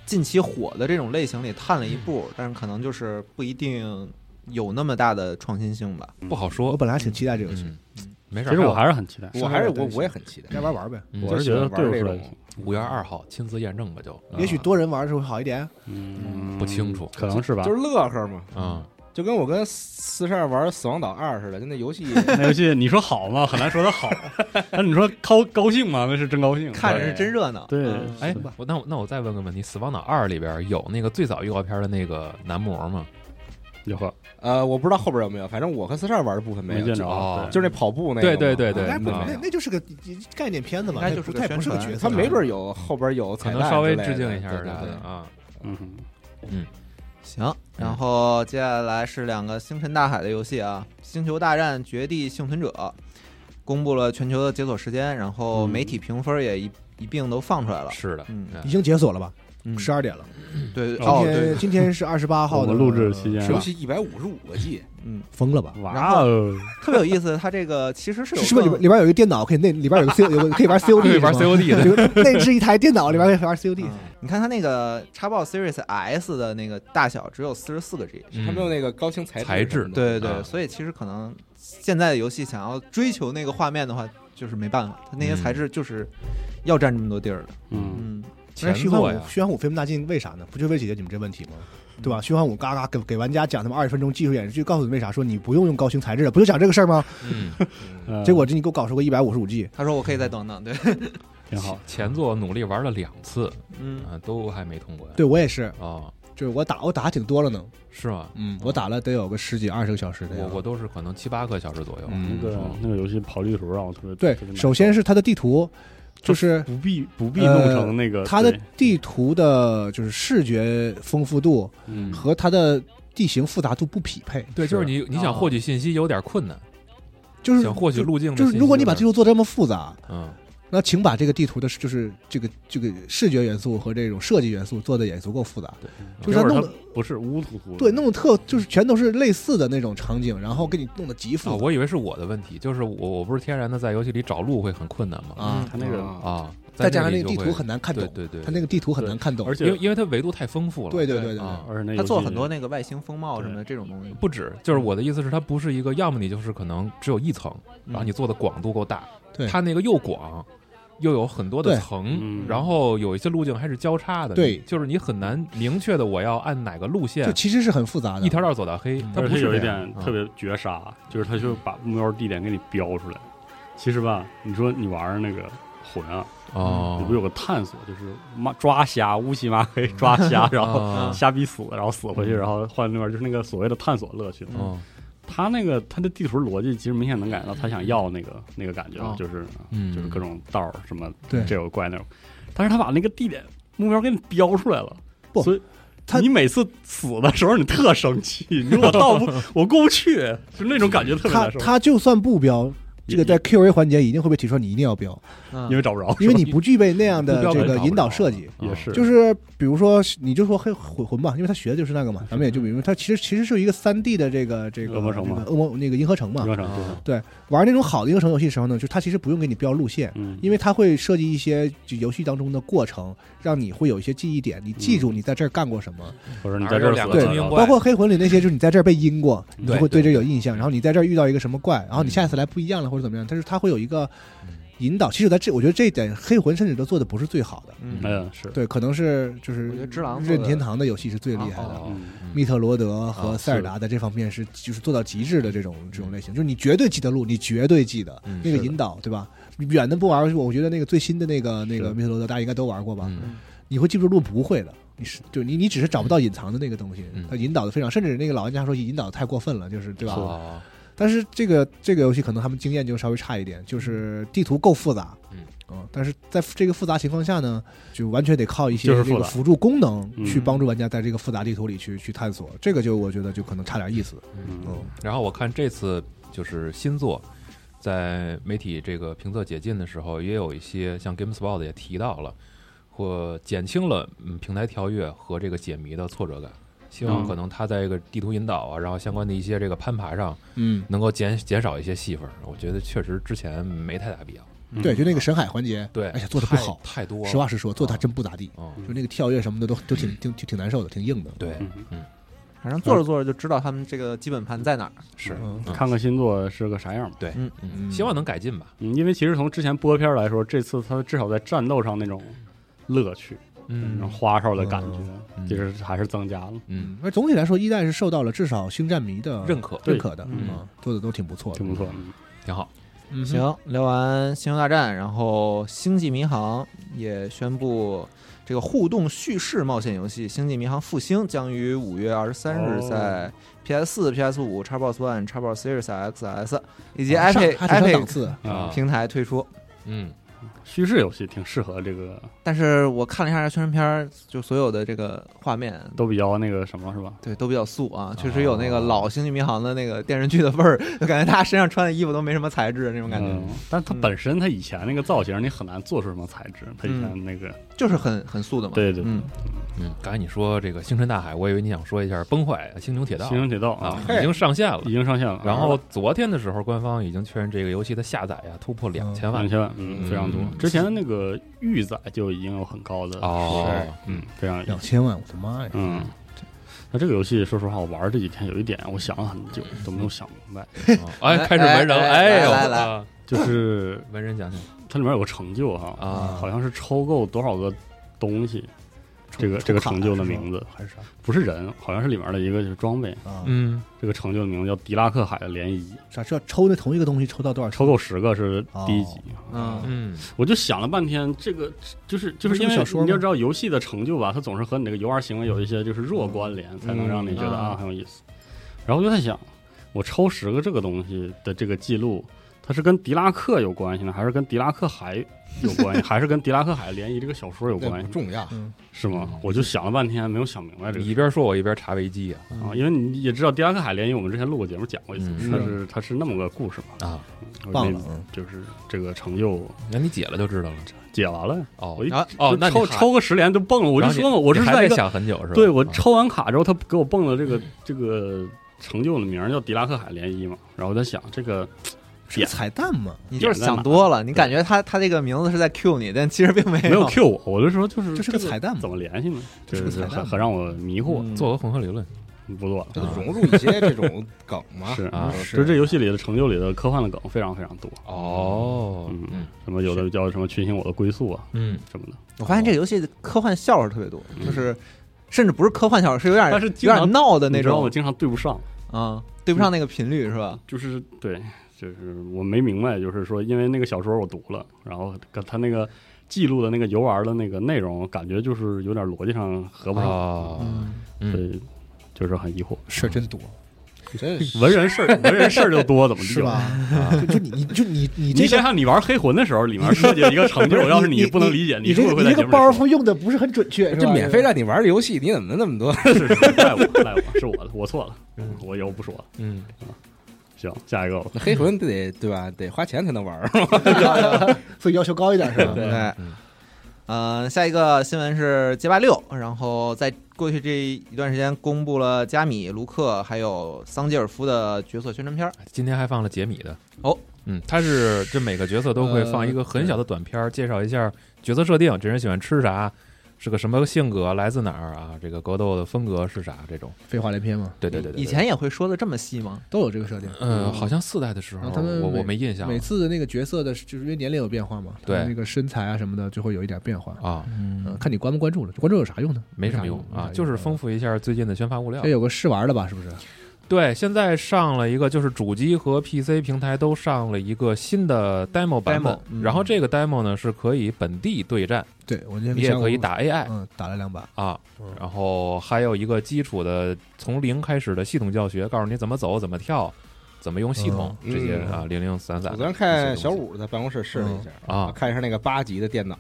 近期火的这种类型里探了一步，但是可能就是不一定有那么大的创新性吧。不好我说。本来挺期待这个游戏，嗯，没事儿。其实我还是很期待，我还是我我也很期待该，玩玩呗。嗯我是觉得对我说的，五月二号亲自验证吧，就啊也许多人玩的时候好一点。嗯，不清楚可能是吧就。是乐呵嘛，啊，就跟我跟四十二玩《死亡岛二》似的，就那游戏那游戏你说好吗？很难说它 好，但你说高高兴吗？那是真高兴。看着是真热闹，对，哎吧，我那我那我再问个问题，《死亡岛二》里边有那个最早预告片的那个男模吗？有呵，呃，我不知道后边有没有，反正我和四十二玩的部分没有，见着哦啊，对就是那跑步那对个嘛，对对对那不啊那那就是个概念片子嘛，应该那就是不个太宣不是个传角色，啊他没准有后边有可彩能蛋稍微之类的致敬一下对对啥对的啊。嗯哼，行，然后接下来是两个星辰大海的游戏啊，《星球大战：绝地幸存者》公布了全球的解锁时间，然后嗯媒体评分也一一并都放出来了。是的，嗯已经解锁了吧？嗯，十二点了，对哦哦今对天，今天是二十八号我的呃们录制期间对啊游戏一百五十五个 G，嗯，疯了吧？哇哦，特别有意思。它这个其实是有是不是里更边里边有一个电脑可以那里边有个 C 有个可以 玩 COD 对，玩是吗 COD 的，有 个内置一台电脑里边可以玩 COD，嗯你看它那个 Xbox Series S 的那个大小只有四十四个 G，嗯他们用那个高清材材质什么的对对对，啊所以其实可能现在的游戏想要追求那个画面的话，就是没办法，它那些嗯材质就是要占这么多地儿的。嗯，嗯，那前虚幻作五呀，虚幻五费那么大劲，为啥呢？不就为解决你们这问题吗？对吧？虚幻五嘎嘎给给玩家讲他们二十分钟技术演示，就告诉你为啥说你不用用高清材质了，不就讲这个事儿吗？嗯，呃结果这你给我搞出个一百五十五 G，他说我可以再等等，对，挺好，前作努力玩了两次嗯啊，都还没通关。对我也是，哦，就是我打我打还挺多了呢，是吗？嗯，我打了得有个十几二十个小时的我样。我都是可能七八个小时左右。啊嗯那个嗯那个游戏跑地图让我特别对特别，难受首先是它的地图，就是不必不必弄成那个它的对地图的就是视觉丰富度嗯和它的地形复杂度不匹配，对，就是你你想获取信息有点困难，啊哦就是想获取路径的就信是息有点，如果你把地图做这么复杂，嗯那请把这个地图的就是这个这个视觉元素和这种设计元素做的也足够复杂，就是它就是它弄的不是乌突突的，对弄的特就是全都是类似的那种场景，然后给你弄得极啊，复杂。我以为是我的问题，就是我我不是天然的在游戏里找路会很困难吗？啊嗯它那个啊啊，再加上那那个地图很难看对懂，对对，它那个地图很难看懂而。因且为因为它维度太丰富了，对对对对对啊，而且那他游做了戏很多那个外星风貌什么的这种东西，不止，就是我的意思是，它不是一个，要么你就是可能只有一层，然后你做的广度够大，嗯对它那个又广，又有很多的对层嗯，然后有一些路径还是交叉的，对就是你很难明确的我要按哪个路就线其实是很复杂的，一条道走到黑，它嗯不而且是有一这样啊点特，别绝杀，就是他就把目标地点给你标出来。其实吧，你说你玩儿那个魂啊，嗯哦，你不有个探索，就是妈抓虾，乌漆嘛黑抓虾，然后啊虾逼死，然后死回去，然后换那边就是那个所谓的探索乐趣嘛。嗯哦他那个他的地图逻辑，其实明显能感觉到他想要那个那个感觉哦，就是嗯就是各种道儿什么对这有怪那种，但是他把那个地点目标给你标出来了，不所以他你每次死的时候你特生 气，你说我到不我过不去，就那种感觉特别他难受，他就算不标，这个在 Q A 环节一定会被提出你一定要标，嗯因为找不着，因为你不具备那样的目标这感个找不引导着设计。啊也是就是比如说，你就说黑混混吧，因为他学的就是那个嘛，咱们也就比如他其实其实是一个三 D 的这个这个恶魔城这个嘛恶魔那个银河城嘛哦你。要找啊就是玩那种好的银河城游戏的时候呢，就它其实不用给你标路线，嗯，因为它会设计一些就游戏当中的过程，让你会有一些记忆点，你记住你在这儿干过什么。或者你在这儿死两了，个嗯精对英包怪，括黑魂里那些，就是你在这儿被阴过，你就对会对这对有印象。然后你在这儿遇到一个什么怪，然后你嗯下次来不一样了或者怎么样，但是它会有一个引导。其实，在这我觉得这一点，黑魂甚至都做的不是最好的。嗯嗯是，对，可能是就是我觉得只狼做的任天堂的游戏是最厉害的。哦嗯密特罗德啊和塞尔达在这方面是就是做到极致的这种这种类型，就是你绝对记得路，你绝对记得嗯那是个的引导，对吧？远的不玩，我觉得那个最新的那个那是个的密特罗德大家应该都玩过吧？嗯你会记不住路，不会的。你是就你你只是找不到隐藏的那个东西嗯，它引导的非常，甚至那个老玩家说引导得太过分了，就是对吧？哦但是这个这个游戏可能他们经验就稍微差一点，就是地图够复杂，嗯啊但是在这个复杂情况下呢，就完全得靠一些就是这复杂个辅助功能嗯去帮助玩家在这个复杂地图里去去探索，这个就我觉得就可能差点意思，嗯嗯，然后我看这次就是新作，在媒体这个评测解禁的时候，也有一些像 GameSpot 也提到了，或减轻了嗯平台跳跃和这个解谜的挫折感。希望嗯可能它在这个地图引导啊，然后相关的一些这个攀爬上，嗯，能够减减少一些戏份儿。我觉得确实之前没太大必要。嗯对，就那个神海环节，对，哎呀做的不好，太太多了。实话实说，做的还真不咋地，嗯，就那个跳跃什么的都都挺挺挺挺难受的，挺硬的，对，嗯反正做着做着就知道他们这个基本盘在哪儿。是，嗯嗯看看新作是个啥样吧。对，嗯嗯，希望能改进吧。嗯，因为其实从之前播片儿来说，这次它至少在战斗上那种乐趣、那嗯种花哨的感觉，嗯就是还是增加了，嗯，那总体来说，一代是受到了至少星战迷的认可认可的，嗯啊，做的都挺不错的，啊挺不错。嗯挺好。嗯哼，行，聊完《星球大战》，然后《星际迷航》也宣布，这个互动叙事冒险游戏《星际迷航：复兴》将于五月二十三日哦在 PS 4 PS 5 Xbox One、Xbox Series XS 以及哦上 Epic 还是上档 Epic 次，啊，平台推出。嗯，叙事游戏挺适合这个，但是我看了一下宣传片儿，就所有的这个画面。都比较那个什么是吧？对，都比较素啊，确实有那个老《星际迷航》的那个电视剧的味儿， 就感觉他身上穿的衣服都没什么材质那种感觉，嗯，但它嗯本身它以前那个造型，你很难做出什么材质。它以前那个，就是很很素的嘛。对对对，嗯，嗯，刚才你说这个《星辰大海》，我以为你想说一下《崩坏》《星穹铁道星》穹铁道啊啊，，已经上线了已。经上线了。然后昨天的时候，官方已经确认这个游戏的下载啊突破两千万两。千万，嗯，非常多嗯。之前那个预载就已经有很高的哦，嗯，非常两千万，我的妈呀！嗯。那这个游戏，说实话，我玩这几天有一点，我想了很久，都没有想明白， 哎，开始文人了，哎哎哎呦，来来来啊就是文人讲讲它里面有个成就哈，啊，好像是抽够多少个东西，这个抽这个卡成就的是吗名字还是啥不是人，好像是里面的一个就是装备，啊？嗯，这个成就的名字叫狄拉克海的涟漪，啥是要抽那同一个东西抽到多少？抽够十个是第一哦级。嗯嗯，我就想了半天，这个就是就不是是因为小说吗你要知道游戏的成就吧，它总是和你这个游玩行为有一些就是弱关联，才能让你觉得嗯啊啊很有意思。然后我就在想，我抽十个这个东西的这个记录，它是跟狄拉克有关系呢，还是跟狄拉克海有关系，还是跟狄拉克海涟漪这个小说有那关不系？重要。是吗嗯？我就想了半天，没有想明白这你嗯个一边说我一边查维基啊啊，因为你也知道狄拉克海涟漪，我们之前录过节目讲过一次，嗯它是它是那么个故事嘛，啊，我忘那了，嗯就是这个成就那你解了就知道了。解完了，哦我一啊哦就，那你抽还抽个十连就蹦了，我就然后你说嘛，我你是还在一得个想很久是吧？对我啊抽完卡之后，他给我蹦了这个这个成就的名儿叫狄拉克海涟漪嘛，然后我在想这个是个彩蛋嘛？你就是想多了，你感觉他他这个名字是在 Q 你，但其实并没没有 Q 我，我就说就是这是个彩蛋嘛怎么联系呢？这就是个彩蛋很嘛很让我迷惑，嗯做个混合理论，不做就了。啊融入一些这种梗嘛，是啊就是就这游戏里的成就里的科幻的梗非常非常多，哦，嗯什么有的叫什么群星我的归宿啊嗯，什么的，我发现这个游戏的科幻笑话特别多，就是甚至不是科幻笑话，是有点嗯但是有经常点闹的你那知道我种经常对不上，啊，对不上那个频率是吧？就是对，就是我没明白，就是说，因为那个小说我读了，然后跟他那个记录的那个游玩的那个内容，感觉就是有点逻辑上合不上，哦，所嗯，以就是很疑惑。事儿真多，真是文人事儿，文人事儿就多，怎么地是吧？？就就你你就你你你这想个想，你玩黑魂的时候，里面设计了一个成就，要是你不能理解，会你这不个会在你这节个目包里袱用的不是很准确，是这吧？免费让你玩的游戏，你怎么那么多？ 说？是是赖我，赖我，是我的，我错了，我以后不说了。嗯，行，下一个 吧。黑魂得对吧？得花钱才能玩儿。所以要求高一点是吧？对 对嗯，嗯呃，下一个新闻是街霸六，然后在过去这一段时间公布了加米、卢克还有桑吉尔夫的角色宣传片儿，今天还放了解米的哦，嗯，他是这每个角色都会放一个很小的短片儿，介绍一下角色设定，这人喜欢吃啥，是个什么性格，来自哪儿啊，这个格斗的风格是啥，这种，废话连篇嘛，对对对对，以前也会说的这么细吗？都有这个设定。嗯，好像四代的时候，然后他们我我每没印象了每次的那个角色的，就是因为年龄有变化嘛，对他们那个身材啊什么的就会有一点变化。啊，嗯，看你关不关注了，关注有啥用呢？没什么啥用啊，啥就是丰富一下最近的宣发物料这。有个试玩的吧？是不是？对，现在上了一个，就是主机和 PC 平台都上了一个新的 demo 版本 demo，嗯然后这个 demo 呢是可以本地对战，对，我今天你也可以，打 AI 嗯，打了两把，啊，嗯然后还有一个基础的从零开始的系统教学，告诉你怎么走、怎么跳、怎么用系统嗯这些嗯啊零零散散的我昨这天些东西。看小五在办公室试了一下嗯啊看一下那个八级的电脑，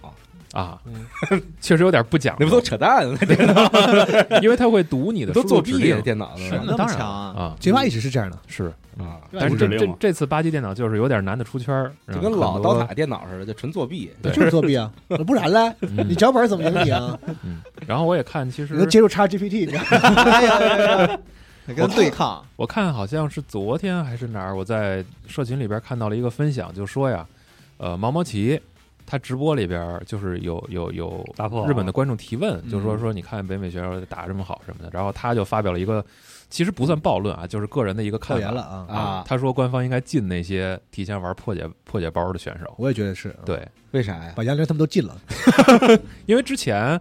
啊嗯， 确实有点不讲那究不，都扯淡呢？那因为他会读你的 输都入作指弊令的。电脑呢是吗那当那么然了强啊啊，街霸一直是这样的，是，啊，嗯但是这指 令这嘛这次八级电脑就是有点难的出圈儿，就跟嗯老很刀多塔电脑似的，就纯作弊。对就是作 弊啊，不然嘞，嗯你脚本怎么赢你啊？然后我也看，其你都实接触 x GPT，你知道 吗？哎呀哎呀，哎呀跟他对抗，我看好像是昨天还是哪儿，我在社群里边看到了一个分享，就说呀，呃，毛毛奇他直播里边就是有有有打破日本的观众提问，就说嗯说你看北美学校打这么好什么的，然后他就发表了一个其实不算暴论啊，就是个人的一个扣看严法嗯了啊！啊他说官方应该禁那些提前玩破解破解哦包的选手，我也觉得是，嗯对，为啥呀？把杨凌他们都禁了，因为之前。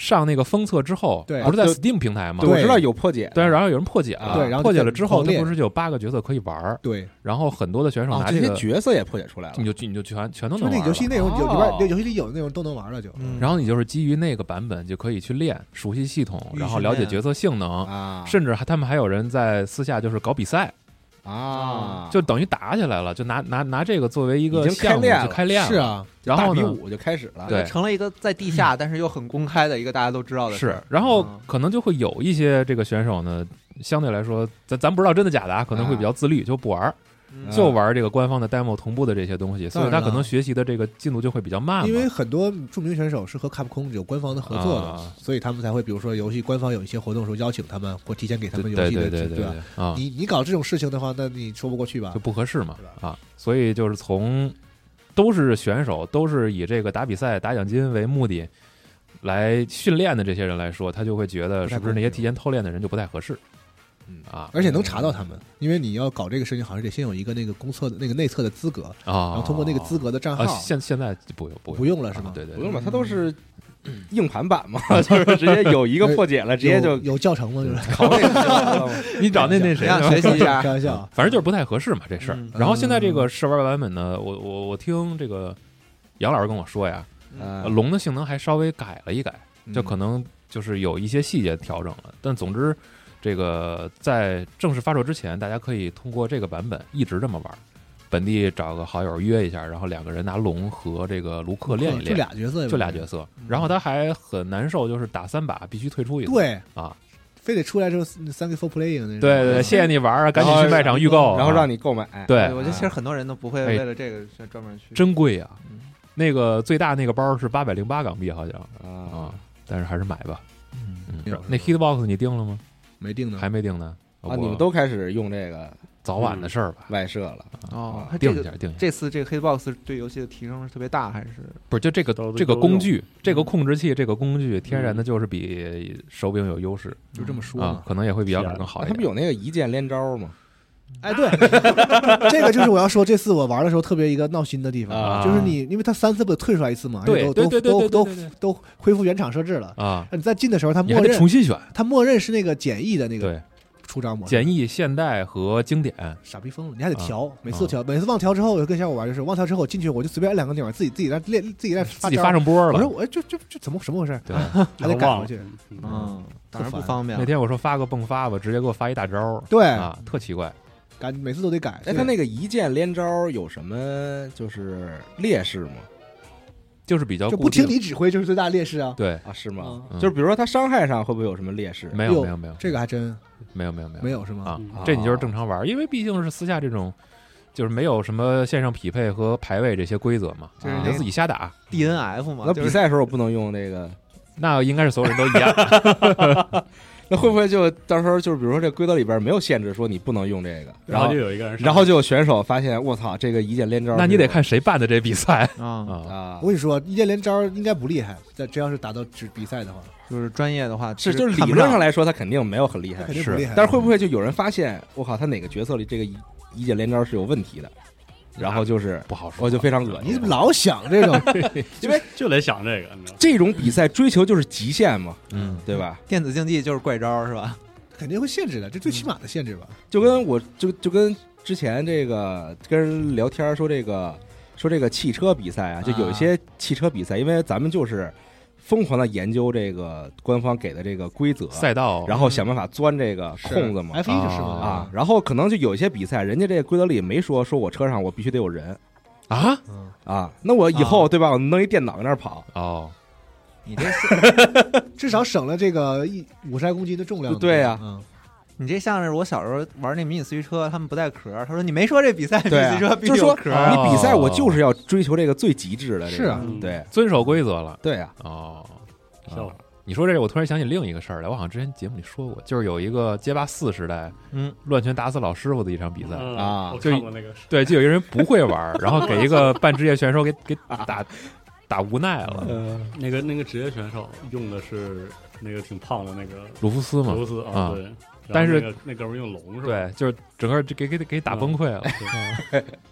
上那个封测之后，对不是在啊就 Steam 平台吗？对啊我知道有破解，对，然后有人破解了，对然后就破解了之后，狂它练不是就有八个角色可以玩儿，对，然后很多的选手哦拿这个些，角色也破解出来了你。就你就全全都就是能那玩个游戏了内容有里哦边那游戏里有的内容都能玩了就。然后你就是基于那个版本就可以去练，熟悉系统，预然后训了解练角色性能，啊甚至还他们还有人在私下就是搞比赛，啊，就等于打起来了，就拿拿拿这个作为一个已经开项目练就了开练了。是，啊，然后大呢比，武就开始了。对成了一个在地下但是又很公开的一个大家都知道的事是儿，。然后嗯可能就会有一些这个选手呢，相对来说，咱咱不知道真的假的啊，可能会比较自律，就不玩儿，嗯就玩这个官方的 demo 同步的这些东西，所以啊当他然可能了学习的这个进度就会比较慢嘛。因为很多著名选手是和卡普空有官方的合作啊的，所以他们才会比如说游戏官方有一些活动的时候邀请他们，或提前给他对们对游戏对的对对吧？对啊，你你搞这种事情的话，那你说不过去吧就？不合适嘛对吧啊，所以就是从都是选手，都是以这个打比赛、打奖金为目的来训练的这些人来说，他就会觉得不太是不是那些公平提前偷练的人就不太合适？嗯啊而且能查到他们，因为你要搞这个事情，好像得先有一个那个公测的那个内测的资格，啊，然后通过那个资格的账啊，号，现现在不用不不用了是吗啊对对，不对用吧，它都是硬盘版 嘛，就是直接有一个破解了，直接就有有教程吗？就是拷那个就完了嘛。你找那那谁谁让学习一下 开？玩笑啊，反正就是不太合适嘛这事儿嗯。然后现在这个试玩版本呢，我我我听这个杨老师跟我说呀，啊呃龙的性能还稍微改了一改，就可能就是有一些细节调整了。但总之，这个在正式发售之前，大家可以通过这个版本一直这么玩儿。本地找个好友约一下，然后两个人拿龙和这个卢克练一嗯就练，俩角色，就俩角。色。然后他还很难受，就是打三把必须退出一次。对啊，非得出来之后三个 for playing 那种。对对对，谢谢你玩儿啊，赶紧去卖场预购啊，然后让你你购买，哎对我觉得其实很多人都不会为了这个专门去。真贵啊嗯。那个最大那个包是八百零八港币，好像啊啊，但是还是买吧。嗯是吧那 Hitbox 你定了吗？没定呢，还没定呢。啊！我你们都开始用这个早晚嗯的事儿吧。外设了，哦，它这定一个下，定一下。这次这个 Hitbox 对游戏的提升是特别大，还是不是就这个都这个都工用具，嗯这个控制器，这个工具，天然的就是比手柄有优势嗯就这么说啊嘛，。可能也会比较更啊好一它不点。有那个一键连招吗？哎，对， 这个就是我要说，这次我玩的时候特别一个闹心的地啊方，就是你，因为他三次不得退出来一次嘛，对而且对都对对都对都对都对对都恢复原厂设置了。啊，你在进的时候，他你默还得认重新选。他默认是那个简易的那个对，出张模式，简啊易、现代和经典傻逼疯了，你还得调，每次都调，每次忘调之后，我就跟小伙伴就是忘调之后，我进去我就随便按两个钮儿，自己自己在练，自己在自发己招啊发。上波我说了。我哎这这这怎么什么回事？对，还得赶忘回了去。嗯嗯，当然特不烦方便那。天我说发个迸发吧，直接给我发一大招儿对，啊，特奇怪。赶每次都得改。哎，对它那个一键连招有什么就是劣势吗？就是比较就固不听定你指挥就是最大劣势啊！对，啊，是吗？嗯就是比如说它伤害上会不会有什么劣势？没有哟没有没有这个还真没有没有没有没有是吗？啊嗯，这你就是正常玩儿，因为毕竟是私下这种，就是没有什么线上匹配和排位这些规则嘛，就是你那就个自己瞎打， DNF 嘛，那啊就比是赛时候不能用这个，那应该是所有人都一样。那会不会就到时候就是比如说这规则里边没有限制说你不能用这个，然后后就有一个人上，然后就有选手发现我操这个一键连招，那你得看谁办的这比赛啊，啊。啊我，跟你说，一键连招应该不厉害，但只要是打到只比赛的话，就是专业的话是其实就是理看不论上上来说他肯定没有很厉害肯，定不厉害。哎但是会不会就有人发现我靠他哪个角色里这个一一键连招是有问题的，然后就是不好说，我就非常恶你心怎么。老想这种？因为就得想这个，你知道吗这种比赛追求就是极限嘛，嗯，对吧？电子竞技就是怪招是吧？肯定会限制的，这最起码的限制吧。就跟我就就跟之前这个跟人聊天说这个说这个汽车比赛啊，就有一些汽车比赛，因为咱们就是疯狂的研究这个官方给的这个规则，赛道，然后想办法钻这个空子嗯嘛。 F 一就是嘛啊啊，，然后可能就有一些比赛，人家这个规则里没说，说我车上我必须得有人啊嗯啊，那我以后对吧，我弄一电脑在那儿跑，哦，你这至少省了这个一五十来公斤的重量。对呀嗯你这像是我小时候玩那迷你四驱车，他们不带壳儿，他说你没说这比赛迷对你啊四驱车必就须是有说壳儿，啊你比赛我就是要追求这个最极致的，是啊，嗯对遵守规则了对啊，哦。笑话你说这个，我突然想起另一个事儿来，我好像之前节目里说过，就是有一个街霸四时代嗯，乱拳打死老师傅的一场比赛，嗯啊我就看过那个，对，就有一个人不会玩儿，然后给一个半职业选手给给打打无奈了，嗯那个那个职业选手用的是那个挺胖的那个鲁夫斯嘛罗，斯啊对，但是然后那个那哥们儿用龙是吧？嗯哎对，就是整个就给给给打崩溃了。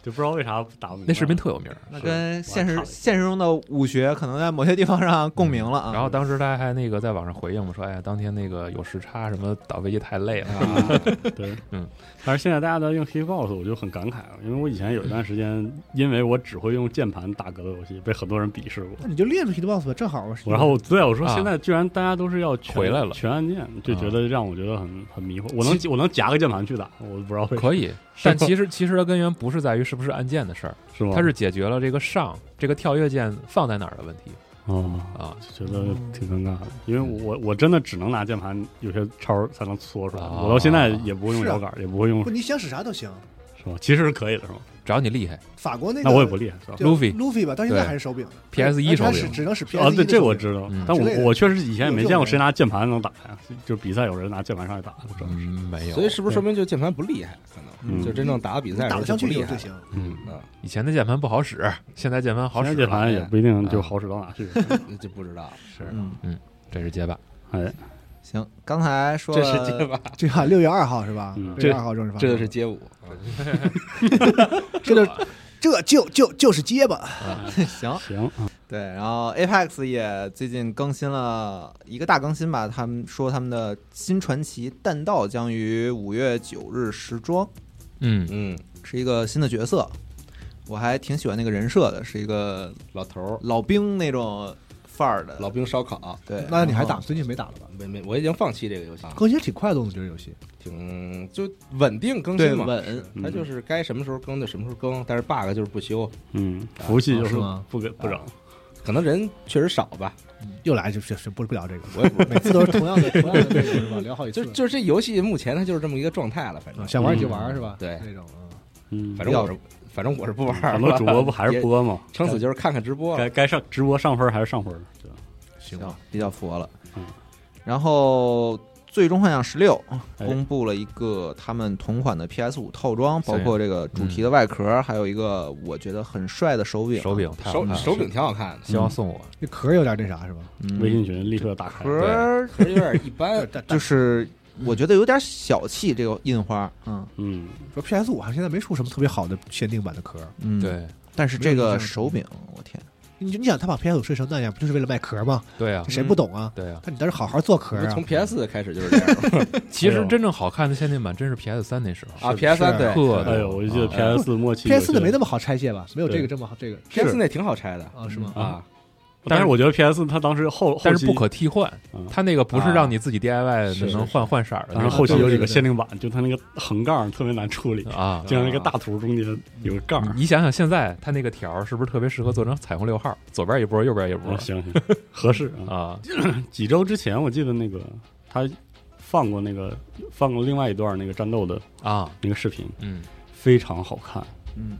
就不知道为啥打不明白那视频特有名儿，那是跟我现还实看了一现实中的武学可能在某些地方上共鸣嗯了啊。然后当时他还那个在网上回应嘛，说哎呀，当天那个有时差，什么倒飞机太累了。啊啊眼对，嗯。但是现在大家都在用 KBox，我就很感慨，因为我以前有一段时间，因为我只会用键盘打格斗游戏，被很多人鄙视过。那你就列出 hitbox 吧，正好我是。然后对我说，啊现在居然大家都是要全回来了啊全按键，就觉得让我觉得很很迷惑。我能我能夹个键盘去打，我不知道为啥，可以，但其实其实它根源不是在于是不是按键的事儿，是吗？它是解决了这个上这个跳跃键放在哪儿的问题哦，啊就觉得挺尴尬的，因为嗯我我真的只能拿键盘，有些招儿才能搓出来。啊我到现在也不会用是啊摇杆，也不会用不，你想使啥都行。是吧？其实是可以的，是吗？只要你厉害法国那个那我也不厉害，是吧？就 Luffy Luffy 吧，到现在对还是手柄的 PS1 手而且它柄使只能使 PS E 啊，E 一。对，这我知道嗯，但 E 之类我的我确实以前也没见有这过种人谁拿键盘能打呀，就比赛有人拿键盘上来打，我知道嗯，没有。所以是不是说明就键盘不厉害？可能嗯就真正打到比赛的时打候得就上不去厉就害就了。行。嗯，以前的键盘不好使，现在键盘好现使在了。键哎盘也不一定啊就好使到哪 去。那就不知道。是，嗯，这是结巴，哎，行，刚才说这是街了嗯霸，这款六月二号是吧？嗯六月二号正式发售。这就是街舞。这就这就就就是结巴。行，行，对，然后 Apex 也最近更新了一个大更新吧，他们说他们的新传奇弹道将于五月九日时装，嗯，嗯，是一个新的角色，我还挺喜欢那个人设的，是一个老头儿，老兵那种范儿的老兵烧烤。对，那你还然后打？最近没打了吧？没没，我已经放弃这个游戏了，更新挺快的，我觉得游戏挺就稳定更对新嘛。稳，嗯它就是该什么时候更就什么时候更，但是 bug 就是不修，嗯，啊服务器就是是吗不给不整，可能人确实少吧。又来就是是不不聊这个，我也不每次都是同 样的同样的内容是吧？聊好几就次，就是这游戏目前它就是这么一个状态了，反正啊想玩你就玩是吧？对那种啊，嗯，反正我是反正我是不玩了。很多主播不还是播吗？撑死就是看看直播了该该上直播上分还是上分，对吧行行吧。，比较佛了。嗯然后《最终幻想十六》哎公布了一个他们同款的 PS 五套装，包对括这个主题的外壳，还有一个我觉得很帅的手嗯柄。手柄太好手看了嗯手柄挺好看的，希望送我，那壳有点那啥是吧？嗯微信群立刻打开，壳可是有点一般。就是我觉得有点小气，这个印花。嗯嗯，说 PS 五好像现在没出什么特别好的限定版的壳，嗯，。对但是这个手柄，我天，你就你想他把 PS 五设成那样，不就是为了卖壳吗？对啊这，谁不懂啊？对哎啊。但你倒是好好做壳不是啊从！PS 开始就是这样其实真正好看的限定版真是 PS 三那时候，啊，PS 三是对特啊哎呦，我就记得 PS 末期，PS 四的没那么，么好拆卸吧？没有这对个这么好这个，PS 那挺好拆的啊是吗？啊，但是我觉得 PS 它当时后但是不后期可替换嗯，它那个不是让你自己 DIY 是的能换换色儿的那当种，时后期有几啊对对个限定版，就它那个横杠特别难处理， 啊，嗯就像那个大图中间有个杠。你想想现在它那个条儿是不是特别适合做成彩虹六号，左边一波，右边一波我啊行行，合适啊！啊？ 几周之前我记得那个他放过那个放过另外一段那个战斗的啊，那个视频，嗯，非常好看，嗯，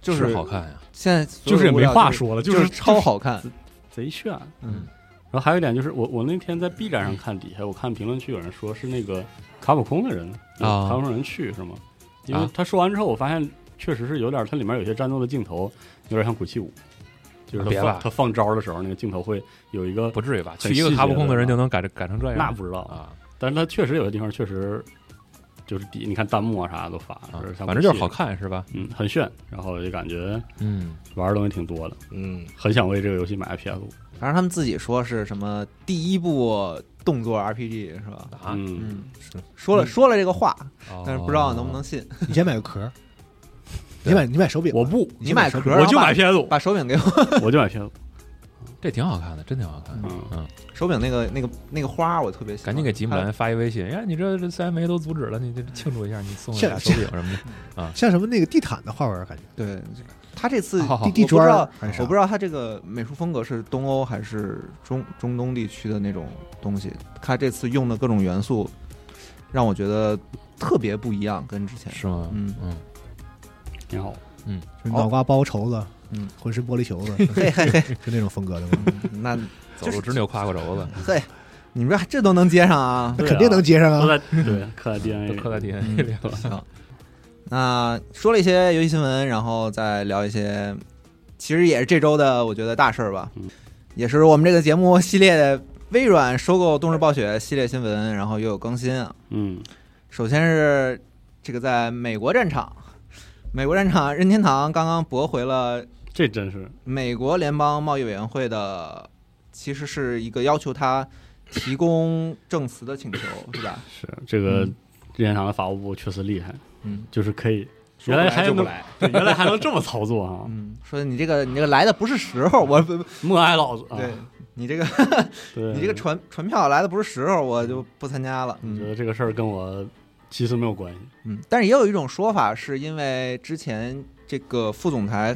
就是是好。看呀，现在就是也没话说，说了，就是是超好看。贼炫。嗯然后还有一点就是我我那天在 B 站上看底下，我看评论区有人说是那个卡普空的人啊卡普空人去是吗？因为啊他说完之后，我发现确实是有点，它里面有些战斗的镜头有点像古器五，就是啊别他吧放他放招的时候，那个镜头会有一个不，至于吧？很去一个细节卡普空的的人吧就能改成改成这样？那不知道，啊但是它确实有些地方确实就是底，你看弹幕啊啥的都发，啊就是，像反正就是武器好，看是吧？嗯，很炫，然后就感觉嗯，玩的东西挺多的，嗯，很想为这个游戏买个 PS 五，反正他们自己说是什么第一部动作 RPG 是吧？啊嗯，嗯，说了说了这个话，但是不知道哦能不能信。你先买个壳，你买你买手柄吧，我不，你买壳，我就买然 PS 五后把， 把手柄给我，我就买 PS 五，这挺好看的，真挺好看的。嗯，嗯，手柄那个那个那个花儿我特别喜欢，赶紧给吉姆它兰发一微信，哎，你这这三枚都阻止了，你这庆祝一下，你送这个俩手柄什么的。像什么那个地毯的花纹感觉，对他这次好好地好地哦我不知砖道还是啥我不知道他这个美术风格是东欧还是中中东地区的那种东西，他这次用的各种元素让我觉得特别不一样，跟之前。是吗？嗯嗯，挺好，就是脑瓜包绸子，嗯，浑身玻璃球子，嘿嘿嘿，就那种风格的嘛，那走路直扭胯胯轴子，嘿，你们这这都能接上啊？那肯定能接上都啊。在对刻在 DNA 都里刻在 DNA 里嗯了。行，那说了一些游戏新闻，然后再聊一些，其实也是这周的我觉得大事儿吧嗯，也是我们这个节目系列的微软收购动视暴雪系列新闻，然后又有更新啊。嗯，首先是这个在美国战场，美国战场任天堂刚刚驳回了这真是美国联邦贸易委员会的，其实是一个要求他提供证词的请求，是吧？是这个嗯任天堂的法务部确实厉害，嗯就是可以说原来不来还就不能来，对原来还能这么操作 啊，嗯，说你这个你这个来的不是时候，我默哀老子啊！ 对你这个对你这个传传票来的不是时候，我就不参加了。我觉嗯得这个事儿跟我其实没有关系。嗯，但是也有一种说法，是因为之前这个副总裁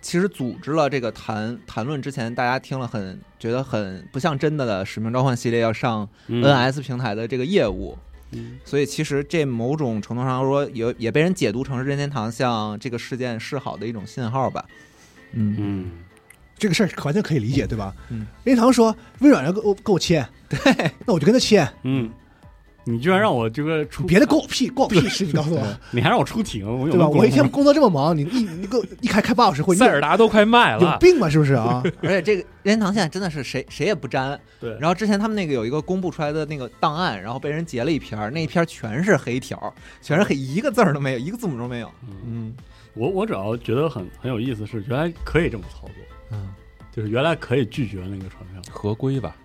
其实组织了这个谈谈论之前，大家听了很觉得很不像真的的《使命召唤》系列要上嗯 NS 平台的这个业务，嗯所以其实这某种程度上说也也被人解读成是任天堂向这个事件示好的一种信号吧。嗯嗯，这个事儿完全可以理解，对吧？嗯，任天堂说微软要跟我跟我签，对，那我就跟他签，嗯，你居然让我这个出别的关我屁关我屁事，你告诉我，你还让我出庭，我有对那吧？功夫我一天吗工作这么忙，你一你给我一开开八小时会，你塞有尔达都快卖有了，病吧？是不是啊？ 而且这个任天堂现在真的是谁谁也不沾。对然后之前他们那个有一个公布出来的那个档案，然后被人截了一篇儿，那一篇儿全是黑条儿，全是黑，一个字儿都没有，一个字母都没有。嗯我我主要觉得很很有意思是，原来可以这么操作，嗯，就是原来可以拒绝那个传票，合规吧？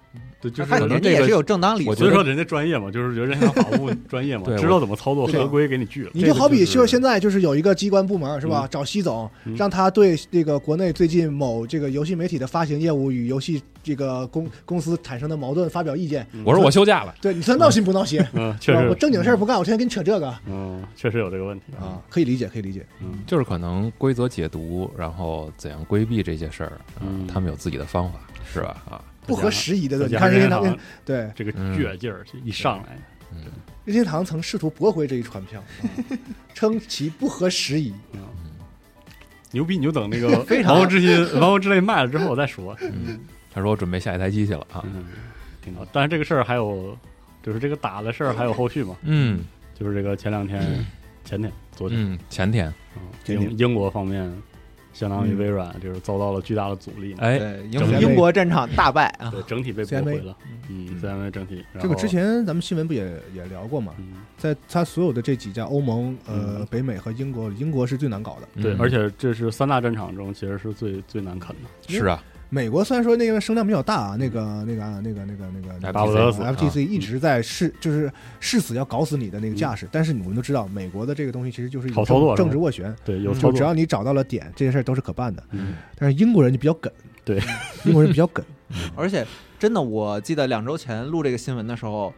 对，就那是他可能人家这也是个。有正当理由我的。所以说人家专业嘛，就是觉得人家法务专业嘛，对知道怎么操作对啊合规给你拒了。你就好比这就个是现在就是有一个机关部门是吧嗯？找西总嗯，让他对这个国内最近某这个游戏媒体的发行业务与游戏这个公公司产生的矛盾发表意见。我说我休假了，对你说闹心不闹心？嗯，是确吧？我实，正经事儿不干，我天天跟你扯这个嗯，确实有这个问题啊，，可以理解，可以理解。嗯就是可能规则解读，然后怎样规避这些事儿，啊嗯他们有自己的方法，是吧？啊，不合时宜的，对，再你加看上任天任天堂堂，对这个嗯倔劲儿一上来，任天堂曾试图驳回这一传 票，啊称其不合时 宜。牛逼，你就等那个《王国之心》《王国之泪》卖了之后我再说。嗯，他说我准备下一台机去了啊，嗯，挺好。但是这个事儿还有，就是这个打的事儿还有后续嘛？嗯就是这个前两天、前天、昨天，嗯，前天，嗯前天英英国方面相当于嗯微软就是遭到了巨大的阻力，哎，对整英体英国战场大败啊！对整体被驳回了。嗯，CMA 整体，然这后个之，前咱们新闻不也也聊过嘛？嗯，在它所有的这几家欧盟、呃、嗯北美和英国，英国是最难搞的。对，嗯而且这是三大战场中其实是最最难啃的。是啊，美国虽然说那个声量比较大啊，那个那个啊那个那个那个那个巴不得死啊嗯 FTC 一直在誓就是誓死要搞死你的那个架势，但是我们都知道，美国的这个东西其实就是一好种操作政是吧政治斡旋，对，有嗯操就只作，要你找到了点，这些事儿都是可办的。嗯但是英国人就比较梗，对， 英国人比较梗，而且真的，我记得两周前录这个新闻的时候，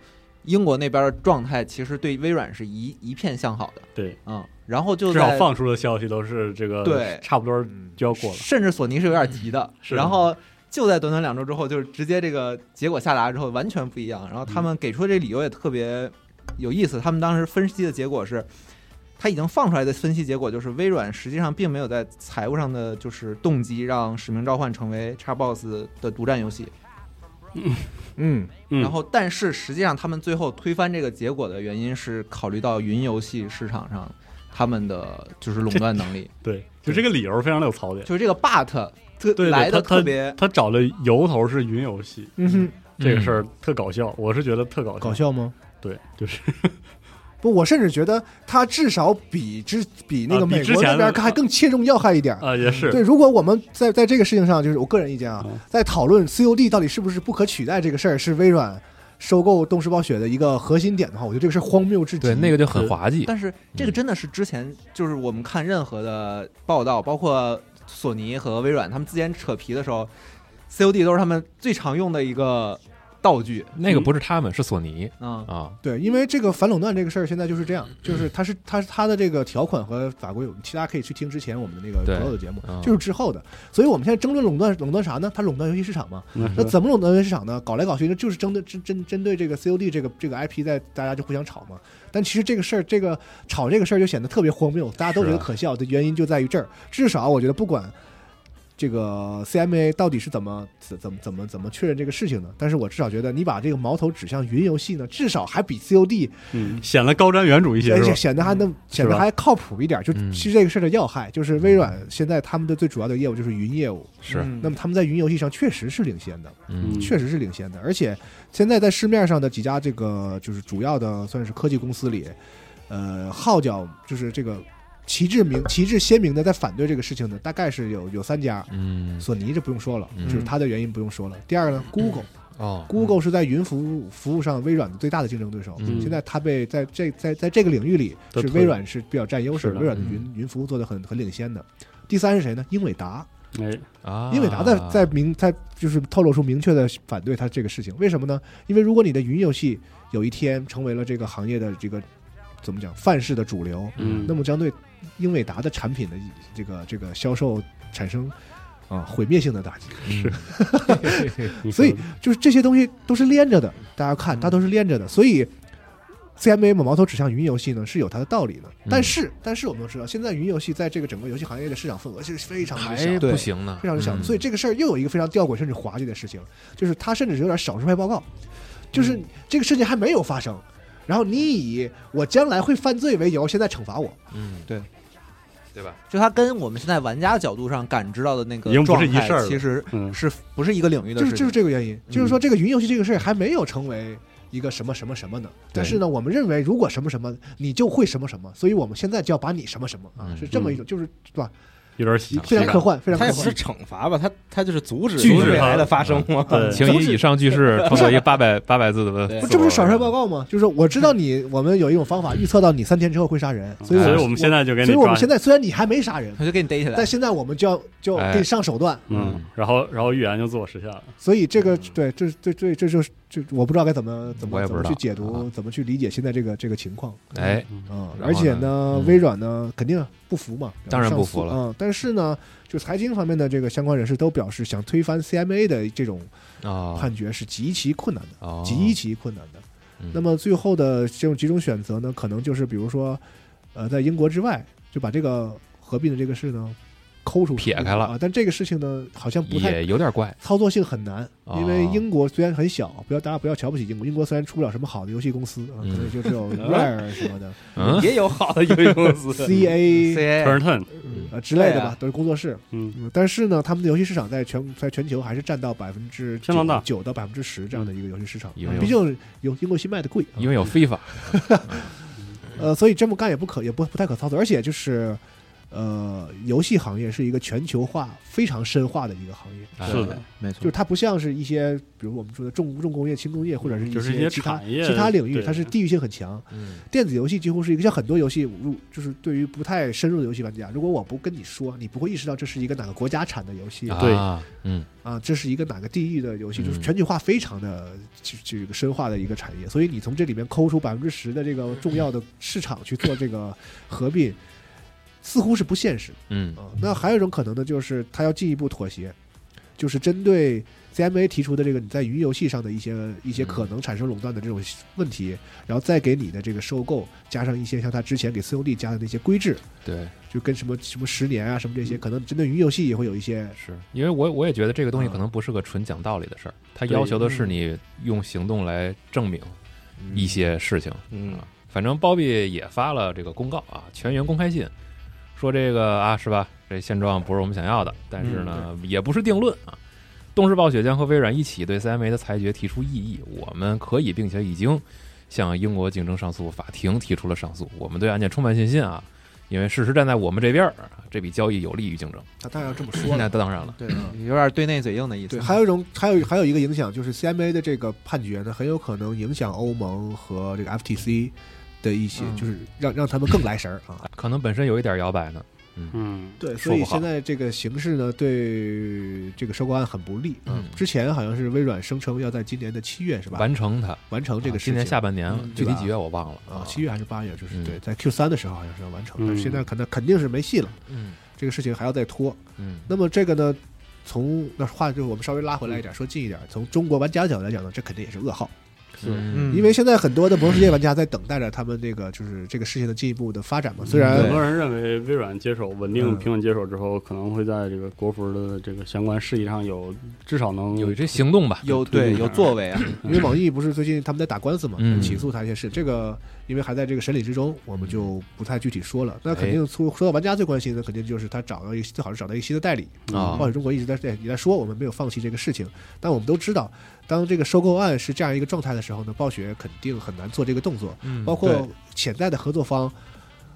英国那边的状态其实对微软是一一片向好的。对，嗯，然后就至少在放出的消息都是这个，对嗯差不多就要过了。嗯甚至索尼是有点急的。是然后就在短短两周之后，就是直接这个结果下达之后完全不一样。然后他们给出的这理由也特别有意思，他们当时分析的结果是。他已经放出来的分析结果就是，微软实际上并没有在财务上的就是动机让《使命召唤》成为 Xbox 的独占游戏。嗯，嗯然后，但是实际上他们最后推翻这个结果的原因是考虑到云游戏市场上他们的就是垄断能 力，对，就这个理由非常的有槽点。就是这个 but 特对来的他他特别他找了由头是云游戏，嗯哼，这个事儿特搞笑，我是觉得特搞笑。搞笑吗？对，就是不，我甚至觉得他至少比之比那啊个比美之国那前的边还更切中要害一点。啊，也是对，如果我们在在这个事情上，就是我个人意见啊嗯，在讨论 COD 到底是不是不可取代这个事儿，是微软收购动视暴雪的一个核心点的话，我觉得这个事儿荒谬至极。对那个就很滑稽，但是嗯这个真的是之前就是我们看任何的报道，包括索尼和微软他们之间扯皮的时候，COD 都是他们最常用的一个道具。那个不是他们，是索尼嗯，啊，对，因为这个反垄断这个事儿现在就是这样，就是它是它它的这个条款和法规，我们其他可以去听之前我们的那个对所有的节目，嗯就是之后的。所以我们现在争论垄断垄断啥呢？它垄断游戏市场嘛。那嗯那怎么垄断游戏市场呢？搞来搞去，那就是针对针针针对这个 COD 这个这个 IP，在大家就互相吵嘛。但其实这个事儿，这个啊吵这个事儿就显得特别荒谬，大家都觉得可笑的原因就在于这儿。至少我觉得，不管这个 CMA 到底是怎么怎怎么怎么怎么确认这个事情的。但是我至少觉得，你把这个矛头指向云游戏呢，至少还比 COD 嗯，显得高瞻远瞩一些而是且吧？嗯显得还能显得还靠谱一点。就嗯其实这个事儿的要害，就是微软现在他们的最主要的业务就是云业务。是，那么他们在云游戏上确实是领先的，嗯嗯确实是领先的。而且现在在市面上的几家这个就是主要的算是科技公司里，呃，号角就是这个旗帜明旗帜鲜明的在反对这个事情的，大概是有有三家。嗯索尼这不用说了，嗯就是它的原因不用说了。第二个呢，Google，Google 哦，是在云服务服务上微软的最大的竞争对手。嗯现在它被在这在在这个领域里都是推微软是比较占优势，是的微软的云云服务做的很很领先的。第三是谁呢？英伟达，哎，啊，英伟达在在明在就是透露出明确的反对它这个事情，为什么呢？因为如果你的云游戏有一天成为了这个行业的这个怎么讲范式的主流，嗯，那么将对英伟达的产品的这个这个销售产生啊毁灭性的打击。是，你说所以就是这些东西都是连着的，大家看它都是连着的，所以 CMA 把矛头指向云游戏呢是有它的道理的。嗯但是但是我们都知道，现在云游戏在这个整个游戏行业的市场份额是非常之小还的。不行呢，哎非常小。嗯所以这个事儿又有一个非常吊诡甚至滑稽的事情，就是它甚至是有点少数派报告，就是嗯这个事情还没有发生，然后你以我将来会犯罪为由，现在惩罚我，嗯，对，对吧？就它跟我们现在玩家的角度上感知到的那个已经不是状一态事儿，了其实嗯是不是一个领域的就是事就情？是这个原因，就是嗯说这个云游戏这个事儿还没有成为。一个什么什么什么呢？但是呢，我们认为如果什么什么，你就会什么什么，所以我们现在就要把你什么什么啊，嗯是这么一种，就是对吧？有点喜非常科幻，非常嗯他科也不幻是。惩罚吧，他他就是阻止拒止阻未来他嗯的发生嘛。对请以以上句式创作一个八百八百字的自对不我，这不是少帅报告吗？就是说我知道你，嗯我们有一种方法预测到你三天之后会杀人，所以所以我我们现在就给你所以我们抓，现在虽然你还没杀人，他就给你逮起来但。现在我们就要就哎给你上手段，嗯，然后然后预言就自我实现了，所以这个对，这这这这就是这，我不知道该怎么怎嗯我么也怎不知道么去解读啊，怎么去理解现在这个这个情况哎，啊然后。呢而且呢嗯，微软呢肯定不服嘛，当然上不诉服了啊。但是呢，就财经方面的这个相关人士都表示，想推翻 CMA 的这种哦，判决是极其困难的，哦极其困难的嗯。那么最后的这种几种选择呢，可能就是比如说，呃，在英国之外就把这个合并的这个事呢抠出撇开了啊。但这个事情呢，好像不太也有点怪，操作性很难，哦因为英国虽然很小，不要大家不要瞧不起英国，英国虽然出不了什么好的游戏公司啊，可嗯能就只有 Rare 啊什么的、嗯， 也有好的游戏公司 CA C 哎突 A 然 turn，呃之类的对吧啊，都是工作室。嗯，嗯但是呢，他们的游戏市场在全在全球还是占到百分之相当大九到百分之十这样的一个游戏市场，因为有毕竟有英国游戏卖的贵啊，因为有非法，呃，所以这么干也不可也不不太可操作，而且就是。呃，游戏行业是一个全球化非常深化的一个行业，哎是的，没就是它不像是一些，比如我们说的重重工业、轻工业，或者是就是一些些其他产业其他领域，对它是地域性很强。嗯电子游戏几乎是一个像很多游戏入，就是对于不太深入的游戏玩家，如果我不跟你说，你不会意识到这是一个哪个国家产的游戏啊对啊，嗯这是一个哪个地域的游戏，嗯就是全球化非常的这这个深化的一个产业，所以你从这里面抠出百分之十的这个重要的市场去做这个合并，似乎是不现实的。嗯啊，那还有一种可能呢，就是他要进一步妥协，就是针对 CMA 提出的这个你在云游戏上的一些一嗯些可能产生垄断的这种问题，然后再给你的这个收购加上一些像他之前给 COD 加的那些规制，对，就跟什么什么十年啊什么这嗯些，可能针对云游戏也会有一些是嗯因为我我也觉得这个东西可能不是个纯讲道理的事儿，它要求的是你用行动来证明一些事情。嗯，反正包庇也发了这个公告啊，全员公开信，说这个啊是吧？这现状不是我们想要的，但是呢、嗯也不是定论啊。动视暴雪将和微软一起对 CMA 的裁决提出异议，我们可以并且已经向英国竞争上诉法庭提出了上诉，我们对案件充满信心啊，因为事实站在我们这边儿，啊这笔交易有利于竞争。他当然要这么说嗯那了。当然了，对，啊有点对内嘴硬的意思。啊 对，还有一种，还有还有一个影响就是 CMA 的这个判决呢，很有可能影响欧盟和这个 FTC 的一些，嗯就是让让他们更来神儿啊。可能本身有一点摇摆呢。嗯，对，说所以不好现在这个形势呢，对这个收购案很不利。啊嗯之前好像是微软声称要在今年的七月是吧，完完成它，完成这个事今情。年下半年了嗯具对体吧几月我忘了啊，七月还是八月，就是、嗯对，在 Q 三的时候好像是要完成，嗯但是现在可能肯定是没戏了，嗯这个事情还要再拖。嗯那么这个呢，嗯从那话就我们稍微拉回来一点，说近一点，从中国玩家的角度来讲呢，这肯定也是噩耗。嗯因为现在很多的《魔兽世界》玩家在等待着他们这个就是这个事情的进一步的发展嗯嘛。虽很然多人认为微软接手稳定嗯平稳接手之后，可能会在这个国服的这个相关事宜上有至少能有这行动吧？ 有推对动有一下作为啊，因为网易不是最近他们在打官司嘛，嗯起诉他一些事，这个因为还在这个审理之中，我们就不太具体说了。那肯哎定说说到玩家最关心的，肯定就是他找到一个最好是找到一个新的代理啊暴雪中国一直在在也在说，我们没有放弃这个事情，但我们都知道，当这个收购案是这样一个状态的时候呢，暴雪肯定很难做这个动作，嗯包括对潜在的合作方，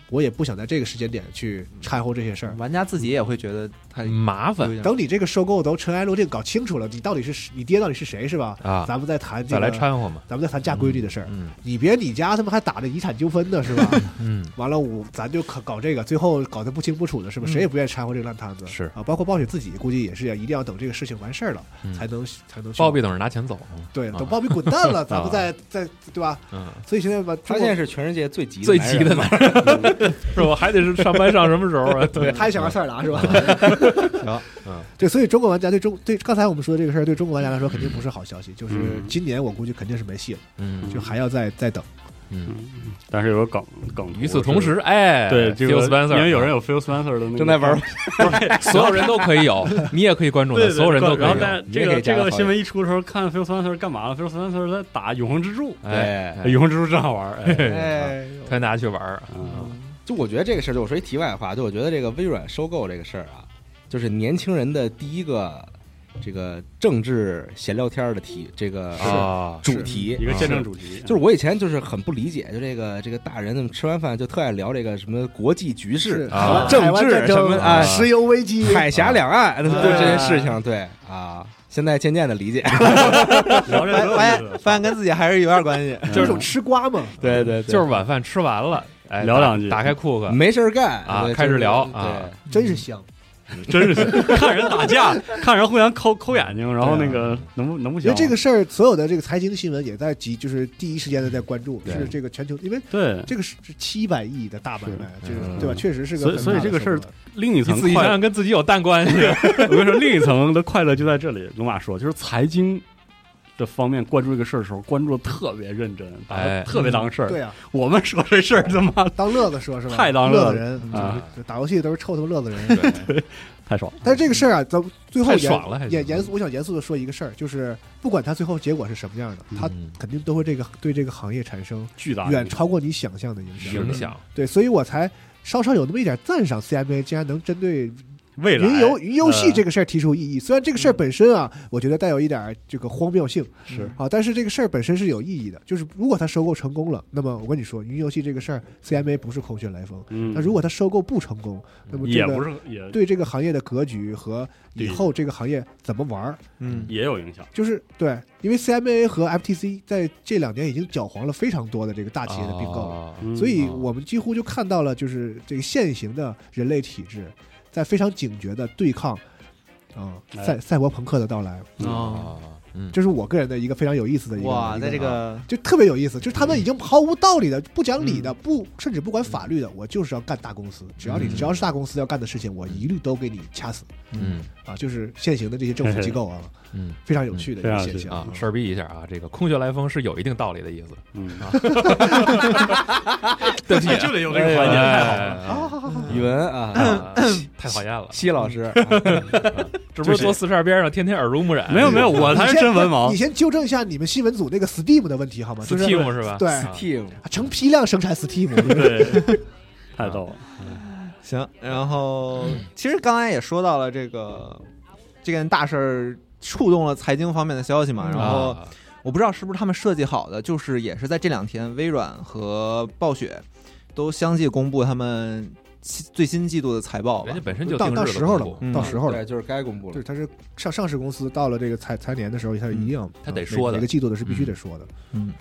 我也不想在这个时间点去掺和这些事嗯儿。玩家自己也会觉得他嗯麻有烦一点等你这个收购都尘埃落定搞清楚了，你到底是你爹到底是谁是吧？啊，咱们再谈这再个，来掺和嘛。咱们再谈价规律的事儿。嗯你别你家他们还打着遗产纠纷呢，是吧？嗯，完了我咱就搞搞这个，最后搞得不清不楚的，是吧？谁也不愿意掺和这个烂摊子。嗯是啊，包括暴雪自己估计也是啊一样，一定要等这个事情完事儿了，嗯才能才能去鲍比等着拿钱走。对，等啊鲍比滚 蛋了，咱们再再对吧？嗯，所以现在吧，他现在是全世界最急最急的男人呢， 是我还得是上班上什么时候啊？对，他也想完事儿了啊，是吧？ 行嗯 对，所以中国玩家对中对刚才我们说的这个事儿，对中国玩家来说肯定不是好消息，就是嗯今年我估计肯定是没戏了，嗯就还要再再等。嗯。嗯，但是有个梗梗图。与此同，时，哎，对这 Phil 个 Spencer，，因为有人有 Phil Spencer 的那个正在玩儿， 所有人都可以有，你也可以关注 对，的，对所有人都可然后以有。在你也这可个以加这个个好友新闻一出的时候，看 Phil Spencer 干嘛了？Phil Spencer 在打永恒之柱，哎，哎，永恒之柱正好玩儿，哎， 哎，推大家去玩儿，嗯，就我觉得这个事儿，就我说一题外话，就我觉得这个微软收购这个事儿啊，就是年轻人的第一个这个政治闲聊天儿的题，这个啊，主题一个见证主。主题，就是我以前就是很不理解，就这个这个大人怎么吃完饭就特爱聊这个什么国际局势、啊哎政台湾治战什么争啊、石油危机，海峡两啊岸都这些事情，对啊，现在渐渐 的理解，聊这发个发现发现跟自己还是有点关系。 就是种吃瓜嘛。对对对，就是晚饭吃完了，哎，聊打两句打开库克，没事儿干啊对开始就是聊对啊真是香， 真是看人打架，看人互相抠抠眼睛，然后那个能不能不啊啊因行为？这个事儿，所有的这个财经新闻也在急，就是第一时间的在关注，对是这个全球，因为对，这个是七百亿的大买卖，是就是嗯对吧？确实是个所以很大所以的这个事儿收购另一你层自己想快乐想跟自己有蛋关系，我跟你说，另一层的快乐就在这里。龙马说，就是财经的方面关注这个事儿的时候，关注得特别认真，把它哎特别当事儿。对啊，我们说这事儿他妈 当乐子说是吧？太当乐乐子子人啊，就是打游戏都是臭他妈乐子人。太爽了。 但是这个事儿啊，咱们最后太严爽了还是也严肃，我想严肃的说一个事儿，就是不管他最后结果是什么样的，他嗯肯定都会这个对这个行业产生巨大的远超过你想象的影响。影响对，所以我才稍稍有那么一点赞赏 CMA，竟然能针对未来嗯云游云游戏这个个事儿提出异议。虽然这个事儿本身啊，我觉得带有一点儿这个荒谬性是啊，但是这个事儿本身是有意义的。就是如果它收购成功了，那么我跟你说，云游戏这个事儿 CMA 不是空穴来风。嗯那如果它收购不成功，那么这也个不是也对这个行业的格局和以后这个行业怎么玩儿，嗯，也有影响。就是对，因为 CMA 和 FTC 在这两年已经搅黄了非常多的这个大企业的并购了。哦嗯啊所以我们几乎就看到了，就是这个现行的人类体制在非常警觉的对抗，啊、哎赛赛博朋克的到来，哦，嗯，这是我个人的一个非常有意思的一个啊哇，一在这个就特别有意思，就是他们已经毫无道理的、不讲理的、不甚至不管法律的，我就是要干大公司，只要你嗯只要是大公司要干的事情，我一律都给你掐死嗯啊！就是现行的这些政府机构啊，嗯非常有趣的一非个常有现趣象啊，嗯事儿逼一下啊，这个空穴来风是有一定道理的意思，嗯，啊对 不起，就得有这个环节，哎太好了。好好好好，语文嗯啊，啊，太讨厌了， 西老啊师， 这不是坐四十二边上天天耳濡目染，没有没有，我才 是真文你盲。先纠正一下你们新闻组那个 Steam 的问题好吗？就是 Steam 是吧？对啊 team 成批量生产 Steam，对，太逗了。行，然后嗯其实刚才也说到了这个这件大事儿触动了财经方面的消息嘛，然后啊我不知道是不是他们设计好的，就是也是在这两天，微软和暴雪都相继公布他们其最新季度的财报吧哦人家。本身就到定制到的时候了公布嗯到时候了对，。就是该公布对，了。它是上上市公司到了这个财财年的时候，它一定要它得每说的每个季度的是必须得说的。嗯，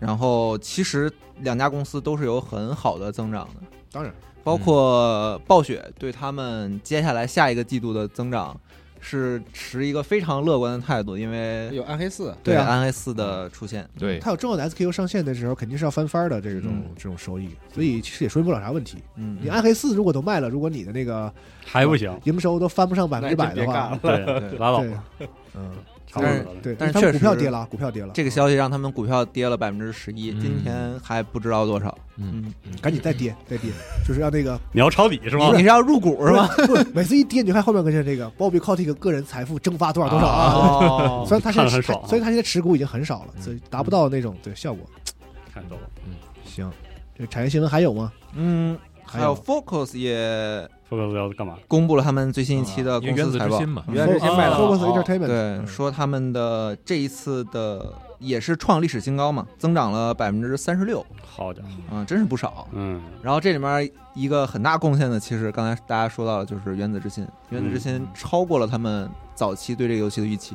然后其实两家公司都是有很好的增长的，当然，包括暴雪对他们接下来下一个季度的增长是持一个非常乐观的态度，因为有暗黑四，对啊暗黑四的出现，嗯对，它有重要的 SKU 上线的时候，肯定是要翻番的这种嗯这种收益，所以其实也说明不了啥问题。嗯，你暗黑四如果都卖了，如果你的那个还不行，营收都翻不上百分之百的话，对，拉倒 对吧。，嗯，差不但是多了。 对，但是他们确股票实跌了啊，股票跌了，这个消息让他们股票跌了百分之十一，嗯今天还不知道多少。嗯，嗯，赶紧再跌再跌，就是让那个你要抄底是吗你？是要入股是吧？不是每次一跌，你就看后面跟着这个 Bobby Kotick 个人财富蒸发多少多少啊。哦 虽，然他现看着在很爽啊虽然他现在持股已经很少了，所以达不到那种对效果。看懂了。行，这产业新闻还有吗？嗯，还有还有 Focus 也 Focus 要干嘛？公布了他们最啊新一期的因为公原司子财之报心，嘛，原来是先卖了 Focus 哦 Entertainment 对，嗯说他们的这一次的也是创历史新高嘛，增长了百分之三十六，好家伙，嗯，真是不少。嗯，然后这里面一个很大贡献的，其实刚才大家说到了，就是原子之心，原子之心超过了他们早期对这个游戏的预期。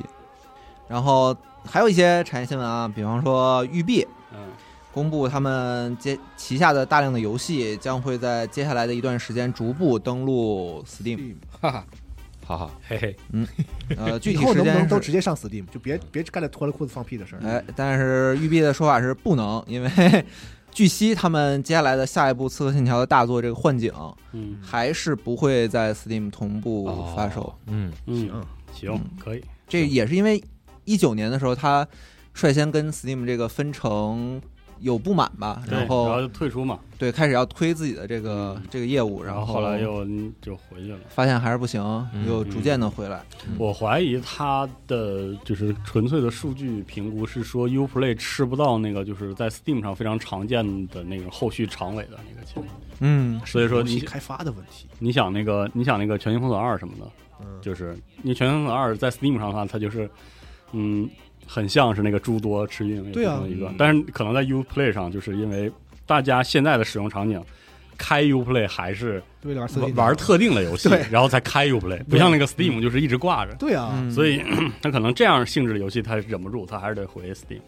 然后还有一些产业新闻啊，比方说育碧嗯，公布他们接旗下的大量的游戏将会在接下来的一段时间逐步登陆 Steam。哈哈，好好，嘿嘿，呃，具以体后时能不能间都是直接上 Steam？就别别干这脱了裤子放屁的事儿。哎，但是育碧的说法是不能，因为 据悉他们接下来的下一步《刺客信条》的大作这个《幻景》嗯还是不会在 Steam 同步哦发售。嗯，嗯，行，可以，这也是因为一九年的时候，他率先跟 Steam 这个分成有不满吧，对然然后就退出嘛，对开始要推自己的这个嗯这个业务，然后后后来又嗯就回去了。发现还是不行，嗯又逐渐的回来。我怀疑他的就是纯粹的数据评估是说 UPlay 吃不到那个就是在 Steam 上非常常见的那种后续长尾的那个钱，嗯所以说游戏你嗯开发的问题，你想那个你想那个《全新封锁二》什么的，嗯，就是因为《全新封锁二》在 Steam 上的话，它就是嗯很像是那个诸多吃运对啊一个，但是可能在 UPlay 上，就是因为大家现在的使用场景。开 UPlay 还是对玩 Steam 玩玩特定的游戏对，然后才开 UPlay，不像那个 Steam 就是一直挂着。对啊，嗯，所以他可能这样性质的游戏他忍不住，他还是得回 Steam。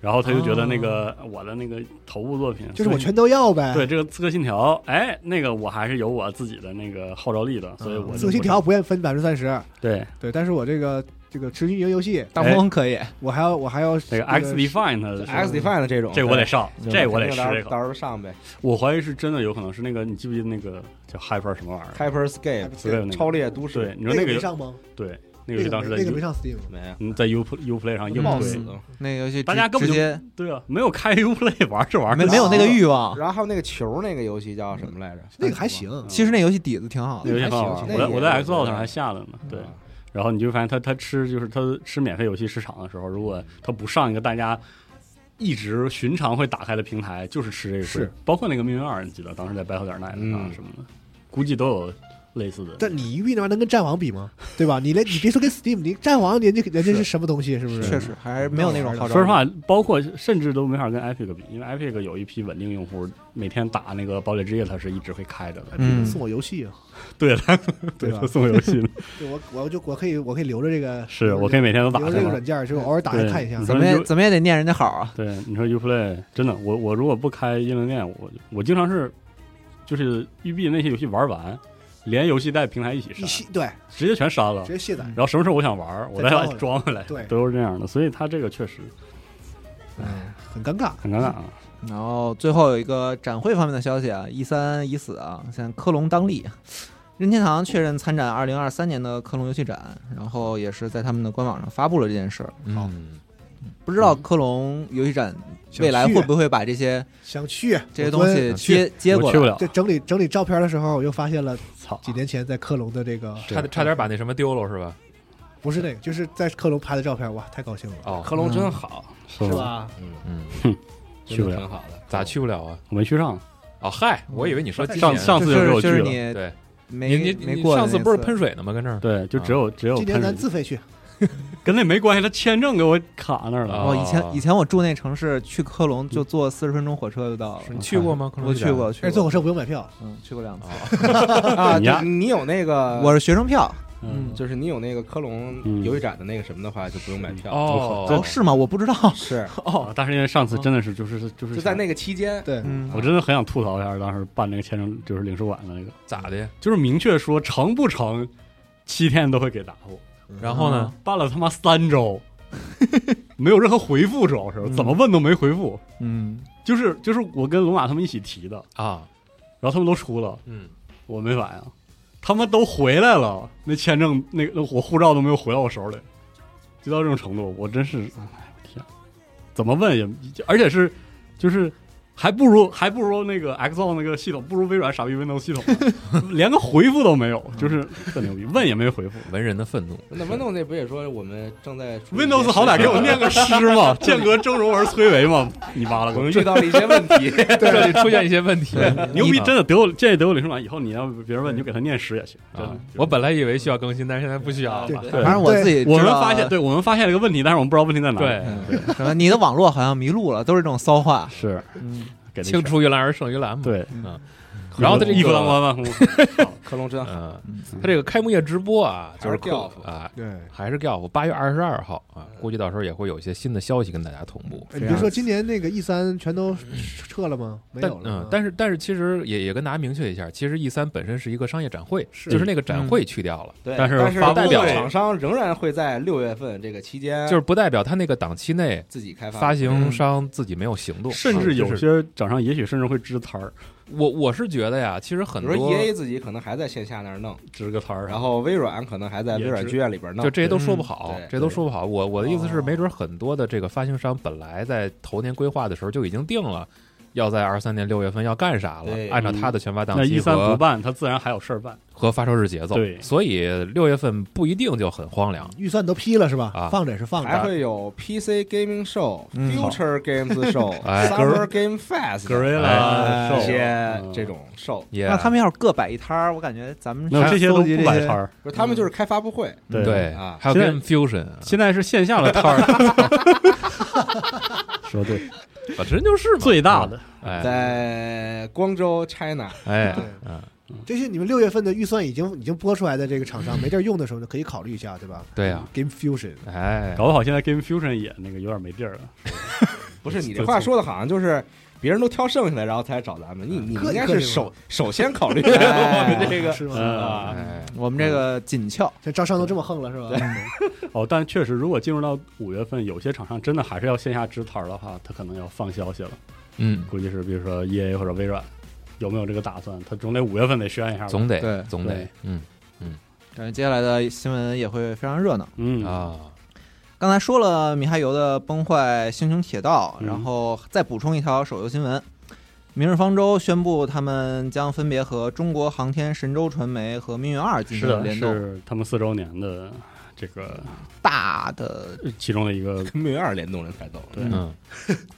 然后他就觉得那个、我的那个头部作品，哦就是我所以全都要呗。对这个《刺客信条》，哎，那个我还是有我自己的那个号召力的，所以我嗯就自由信条不愿分百分之三十，对对，但是我这个这个持续运营游戏，大富翁可以，我还要我还要那个 X Define 的 X Define 这种，这我得上，对这我得吃到时这候口到。时候上呗。我怀疑是真的，有可能是那个你记不记得那个叫 Hyper 什么玩意儿 Hyperscape 之类的那个超猎都市对，你说那个没个上吗？对那个那是当个时没在那个没 U 上 Steam 吗没有，嗯在 U U Play 上硬冒推死嗯，的。那个游戏直大家根直本就接对啊，没有开 U Play 玩是玩没不没有那个欲望。然后还有那个球那个游戏叫什么来着？那个还行，嗯其实那游戏底子挺好那的，游戏很好玩，我在还行那我在也 Xbox 上还下了呢。对，然后你就发现他他吃就是他吃免费游戏市场的时候，如果他不上一个大家一直寻常会打开的平台，就是吃这个是亏，包括那个命运二，你记得当时在 Battle 点 Net 上嗯什么的，估计都有类似的。但你育碧那玩意儿能跟战王比吗？对吧？你连你别说跟 Steam，你战王人家人家是什么东西？是不是？确实还是没有那种号召力。说实话，包括甚至都没法跟 Epic 比，因为 Epic 有一批稳定用户，每天打那个堡垒之夜，它是一直会开着的。嗯送我游戏啊， 对了，对对吧他送游戏了，对我我就我可以我可以留着这个， 是我可以每天都打留着这开个吗软件儿，就是偶尔打开看一下对。怎么也怎么也得念人家好啊。对，你说 UPlay 真的，我我如果不开英灵殿，我我经常是就是育碧那些游戏玩完，连游戏带平台一起一删，系对，直接全删了直。接卸载。嗯然后什么时候我想玩，我再把它装回来，对都是这样的。所以它这个确实嗯，很尴尬。很尴尬啊。然后最后有一个展会方面的消息啊，一三已死啊，现在科隆当立，任天堂确认参展二零二三年的科隆游戏展，然后也是在他们的官网上发布了这件事儿。好，不知道科隆游戏展想未来去会不会把这些想去这些东西我接接我过去不来？了，这整理整理照片的时候，我又发现了操！几年前在克隆的这个，差点差点把那什么丢了是吧？不是那个，就是在克隆拍的照片，哇，太高兴了，哦，克隆真好，是？啊吧？嗯，去不真的了，挺好的。咋去不了啊？我没去上。哦，嗨，我以为你说今上年上就次就就是我就去是了，你对，嗯没你你没你过的上次那不是次喷水呢吗？跟这儿，对，就只有只有今年喷咱水，自费去，跟那没关系，他签证给我卡那儿了。啊哦，以前哦以前我住那城市，去科隆就坐四十分钟火车就到了。你去过吗？克隆我去过，去而且哎坐过，火车不用买票，嗯，去过两次。呃啊，你就呀是你有那个，我是学生票，嗯，就是你有那个科隆嗯游戏展的那个什么的话，就不用买票。哦，哦，是吗？我不知道。是，啊 但是因为上次真的是就是就是就在那个期间，对，嗯，我真的很想吐槽一下当时办那个签证就是领事馆的那个，咋的呀？就是明确说成不成，七天都会给答复。嗯然后呢？办了他妈三周，没有任何回复，主要是嗯怎么问都没回复。嗯，就是就是我跟龙马他们一起提的，啊，然后他们都出了，嗯，我没反应，他们都回来了，那签证那那我护照都没有回到我手里。急到这种程度，我真是，哎天，怎么问也，而且是就是。还不如还不如那个 Xbox 那个系统，不如微软傻逼 Windows 系统呢，连个回复都没有，就是特牛逼，问也没回复。文人的愤怒，那 Windows 那不也说我们正在处理一些 Windows 好歹给我念个诗嘛，剑阁峥嵘而崔嵬嘛，你妈了我个们遇到了一些问 题，这里出现一些问题，牛逼！啊真的德国建议德国领事馆以后，你要别人问，你就给他念诗也行。真的啊！我本来以为需要更新，但是现在不需要了。对反正我自己我们知道啊发现，，对我们发现了一个问题，但是我们不知道问题在哪。，对，嗯什么你的网络好像迷路了，都是这种骚话。是嗯，给那青个出于蓝而胜于蓝嘛。，嗯对，然后他这一夫当个，关万夫。克隆真好，嗯，他这个开幕夜直播啊，就是还是 Golf 啊，对，还是 Golf，八月二十二号啊，估计到时候也会有一些新的消息跟大家同步。哎你别说，今年那个 E 三全都撤了吗？没但有了嗯吗，，但是但是其实也也跟大家明确一下，其实 E 三本身是一个商业展会，是就是那个展会去掉了，对，嗯但但是发布大部表分厂商仍然会在六月份这个期间，就是不代表它那个档期内自己开发发行商自己没有行 动，甚至啊有就是些厂商也许甚至会支词儿，我我是觉得呀，其实很比多如说 EA 自己可能还在线下那儿弄，支个词儿，然后微软可能还在微软剧院里边弄，就这些都说不好嗯对，这都说不好。我我的意思是，哦没准很多的这个发行商本来在头年规划的时候就已经定了，要在二三年六月份要干啥了对，嗯按照他的全发档那期 E 三不和办，他自然还有事儿办。和发售日节奏，对所以六月份不一定就很荒凉。预算都批了是吧？啊放着也是放还着，会有 PC Gaming Show、嗯 Future Games Show、哎 Summer Game Fest 哎这 Gorilla 些这种 show，也那他们要是各摆一摊儿，我感觉咱们那这些都搜集这不摆摊儿，不是他们就是开发布会，对对啊还有现在 Game Fusion，啊现在是线下的摊 儿。说对，本身就是嘛 最大的，哎在光州 China 哎对嗯这些你们六月份的预算已经已经拨出来的这个厂商没地儿用的时候，就可以考虑一下，对吧对呀， ？Game Fusion 哎嗯搞不好现在 Game Fusion 也那个有点没地儿了。不是你这话说的好像就是别人都挑剩下的，然后才来找咱们。你你客气应该客是气嘛首首先考虑我们啊这个是吗？嗯，哎我们这个紧俏，像招商都这么横了是吧？哦，但确实，如果进入到五月份，有些厂商真的还是要线下支摊儿的话，他可能要放消息了。嗯，估计是比如说 E A 或者微软有没有这个打算？他总得五月份得宣一下吧。总得对总得对嗯感觉接下来的新闻也会非常热闹。嗯，啊刚才说了米哈游的崩坏《星穹铁道》，嗯然后再补充一条手游新闻：明日方舟宣布他们将分别和中国航天神州传媒和命运二进是行的，联动，是他们四周年的这个大的呃其中的一个跟命运二联动人才逗。对嗯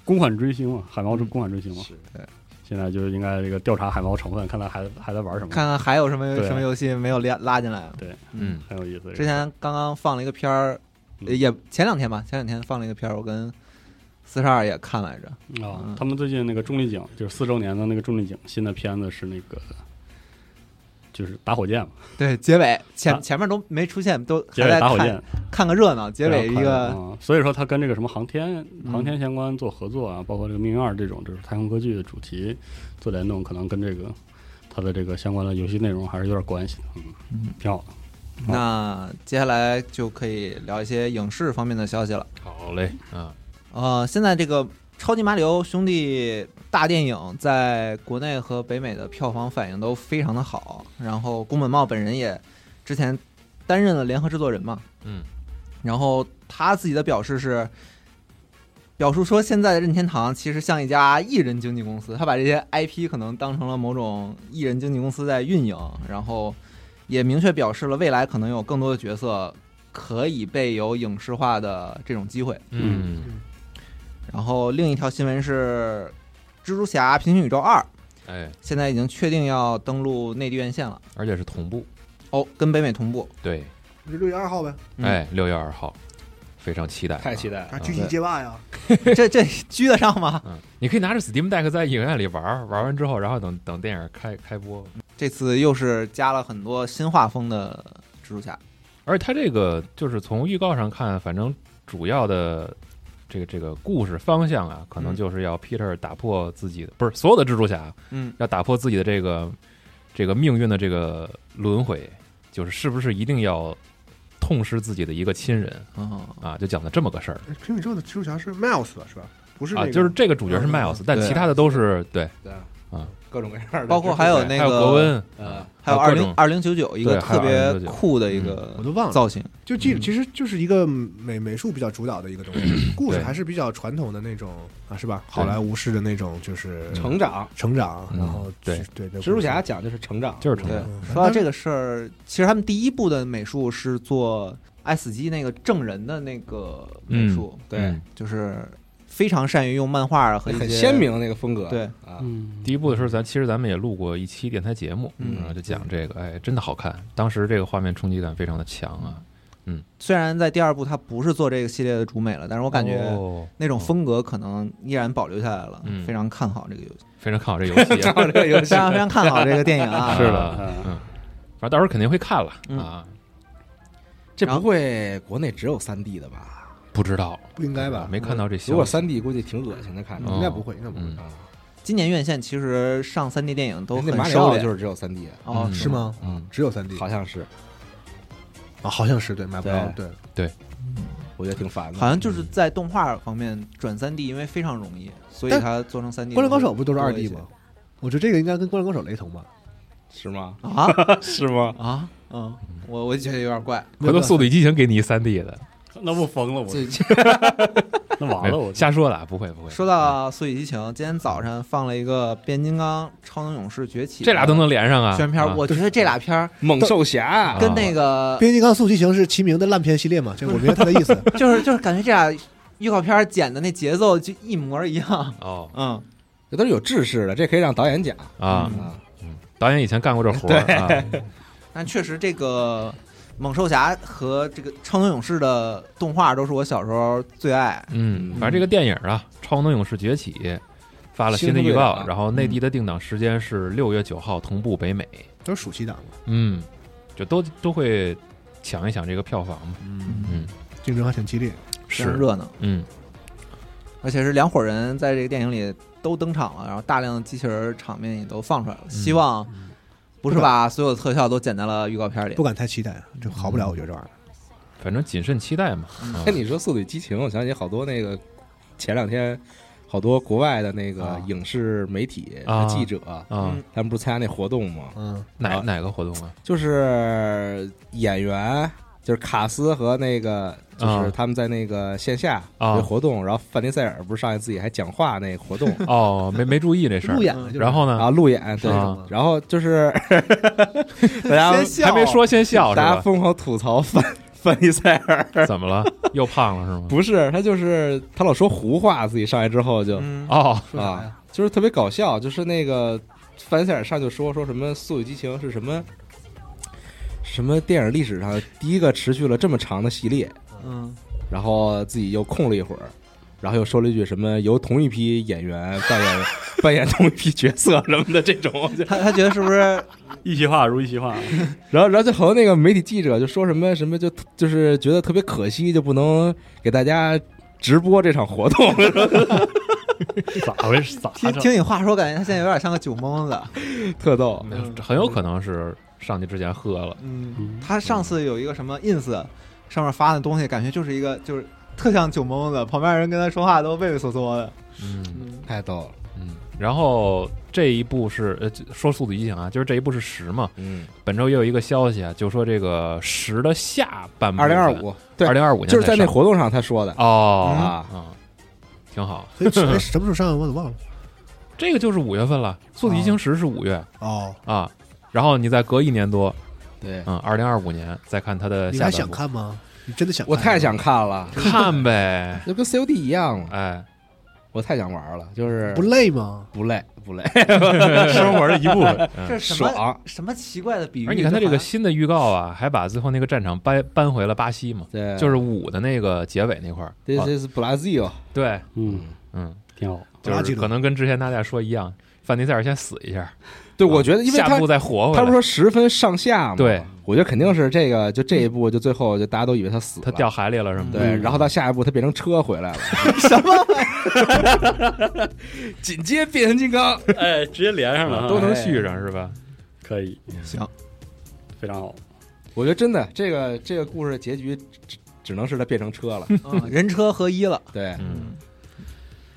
公款追星嘛，海猫是公款追星嘛。对现在就是应该这个调查海猫成分，看他还还在玩什么，看看还有什么对什么游戏没有拉拉进来。对，嗯很有意思。之前刚刚放了一个片儿，呃嗯也前两天吧，前两天放了一个片儿，我跟四十二也看来着。啊、嗯他们最近那个《重力警》就是四周年的那个《重力警》新的片子是那个就是打火箭嘛，对，结尾前、啊前面都没出现，都结还尾在打火看箭，看个热闹。结尾一非常快个嗯乐、啊所以说它跟这个什么航天、航天相关做合作啊，包括这个《命运二》这种就是太空科技的主题做联动，可能跟这个它的这个相关的游戏内容还是有点关系的，嗯，挺好的。那接下来就可以聊一些影视方面的消息了。好嘞啊呃，现在这个《超级马里奥兄弟》大电影在国内和北美的票房反应都非常的好，然后宫本茂本人也之前担任了联合制作人嘛，嗯，然后他自己的表示是。表述说，现在的任天堂其实像一家艺人经纪公司，他把这些 IP 可能当成了某种艺人经纪公司在运营，然后也明确表示了未来可能有更多的角色可以被有影视化的这种机会。嗯然后另一条新闻是，《蜘蛛侠：平行宇宙二》哎，现在已经确定要登陆内地院线了，而且是同步哦，跟北美同步。对就六月二号呗，嗯哎六月二号，非常期待啊，太期待了！啊，狙击街霸呀，这这居得上吗？嗯，你可以拿着 Steam Deck 在影院里玩儿，玩完之后，然后等等电影开开播。这次又是加了很多新画风的蜘蛛侠。而且它这个就是从预告上看，反正主要的这个这个故事方向啊，可能嗯就是要 Peter 打破自己的，不是所有的蜘蛛侠啊嗯，要打破自己的这个这个命运的这个轮回，就是是不是一定要痛失自己的一个亲人哦，啊？就讲的这么个事儿哎平行宇宙的蜘蛛侠是 Miles 吧，是吧？不是那啊，个就是这个主角是 Miles，但对其他的都是对对，啊，各种各样的，包括还有那嗯还有个格温，呃，还有啊二各种零二零九九一个对还特有别2099酷的一嗯个我都忘了造型，就记，其实就是一个美美术比较主导的一个东西，故事还是比较传统的那种啊，是吧？好莱坞式的那种，就是成长。成长，嗯然后对去对对，蜘蛛侠讲的是成长，就是成对长，嗯说到这个事儿，其实他们第一部的美术是做爱死机那个证人的那个美术，对嗯，就是非常善于用漫画和一些很鲜。明的那个风格。对啊，嗯，第一部的时候，咱其实咱们也录过一期电台节目，嗯然后就讲这个，哎，真的好看，当时这个画面冲击感非常的强啊，虽然在第二部他不是做这个系列的主美了，但是我我感觉那种哦风格可能依然保留下来了，嗯非常看好这个 游戏，非常看好这个游戏啊， 这个游非常非常看好这个电影啊。是的的，嗯，反正到时候肯定会看了嗯啊，这不会国内只有三 D 的吧？不知道不应该吧？没看到这消如果息，三 D 估计挺恶心的，看着嗯应该不会，应该不嗯会，啊。今年院线其实上三 D 电影都那很马里收奥敛，就是只有三 D，哦嗯是吗？嗯，只有三 D 好像是，啊，好像是对，买不到，对对，我觉得挺烦的。好像就是在动画方面转三 D，因为非常容易，所以但它做成三 D。 《灌篮高手》不都是多二一 D 些吗？我觉得这个应该跟《灌篮高手》雷同吧？是吗？啊 是吗？啊，嗯，我我就觉得有点怪。回头《速度与激情》给你一三 D 的，那不疯了我，这 那完了我，瞎说的啊，不会不会，说到《速度与激情》，今天早上放了一个《变形金刚：超能勇士崛起》，这俩都能连上啊，宣传片儿，啊我觉得这俩片儿猛兽侠啊跟那个《变形金刚：速激情》是齐名的烂片系列嘛？这我明白他的意思。 就是就是感觉这俩预告片儿剪的那节奏就一模一 样。哦嗯，这都是有制式的，这可以让导演讲啊，啊。导演以前干过这活儿啊，但确实这个。猛兽侠和这个超能勇士的动画都是我小时候最爱，嗯，反正这个电影啊，《超能勇士崛起》发了新的预告，新的队长然后内嗯地的定档时间是六月九号，同步北美。都是暑期档嘛，嗯，就都都会抢一抢这个票房嘛。嗯，竞争还挺激烈。非常是，热闹。嗯，而且是两伙人在这个电影里都登场了，然后大量的机器人场面也都放出来了。嗯希望不是把所有的特效都剪在了预告片里不。敢太期待，这好不嗯了，我觉得这玩意儿。反正谨慎期待嘛。啊哎，你说《速度与激情》，我想起好多那个前两天，好多国外的那个啊影视媒体啊的记者，啊嗯，他们不是参加那活动吗？嗯，哪啊哪个活动啊？就是演员，就是卡斯和那个，就啊是他们在那个线下啊有活动，然后范迪塞尔不是上去自己还讲话那个活动哦，没没注意这事儿路。演了就是然后呢？啊，路演对啊，然后就是 大家先笑还没说先笑是大家吧？疯狂吐槽范范迪塞尔，怎么 了？又胖了是吗？不是他就是他老说胡话，自己上来之后就嗯，哦，说啥呀？啊，就是特别搞笑，就是那个范迪塞尔上就说说什么《速度与激情》是什么。什么电影历史上第一个持续了这么长的系列，嗯，然后自己又空了一会儿，然后又说了一句什么由同一批演员扮演 扮演同一批角色什么的这种，就他他觉得是不是一席话如一席话，然后然后就好多那个媒体记者就说什么什么就就是觉得特别可惜，就不能给大家直播这场活动， 咋回事？咋听整？听你话说，感觉他现在有点像个酒蒙子。特逗。没有很有可能是上去之前喝了。嗯，他上次有一个什么 ins 上面发的东西，感觉就是一个就是特像酒蒙子，旁边人跟他说话都畏畏缩缩的。嗯。太逗了，嗯，然后这一部是呃，这说《速度与激情》啊，就是这一部是十嘛。嗯，本周也有一个消息啊，就说这个十的下半部二分，零二五，对嗯二，零二五就是在那活动上他说的哦，啊，嗯，挺好。所以哎什么时候上？我怎么 忘了？这个就是五月份了，《速度与激情十》是五月哦，啊，然后你再隔一年多，对，嗯，二零二五年再看它的你下还半想部，看吗？你真的想？我太想，看了，看 呗，就跟 COD 一样了，哎，我太想玩了，就是不累吗？不累不累，生活的一部分。这是什么 爽，什么奇怪的比喻？而你看它这个好像新的预告啊，还把最后那个战场搬搬回了巴西嘛，对，就是五的那个结尾那块儿， This 啊 is Brazil，对，嗯，嗯。挺好。就垃圾是了可能跟之前大家说一样，范迪塞尔先死一下，对，啊我觉得因为下他部再活回来。他不是说十分上下吗？对，我觉得肯定是这个，就这一步，就最后就大家都以为他死了，他掉嗯海里了什么的，对，然后到下一步他变成车回来了，什么？紧接变形金刚，哎，直接连上了啊，都能续上是吧？可以，行，非常好。我觉得真的这个这个故事的结局只只只能是他变成车了，嗯人车合一了。对，嗯，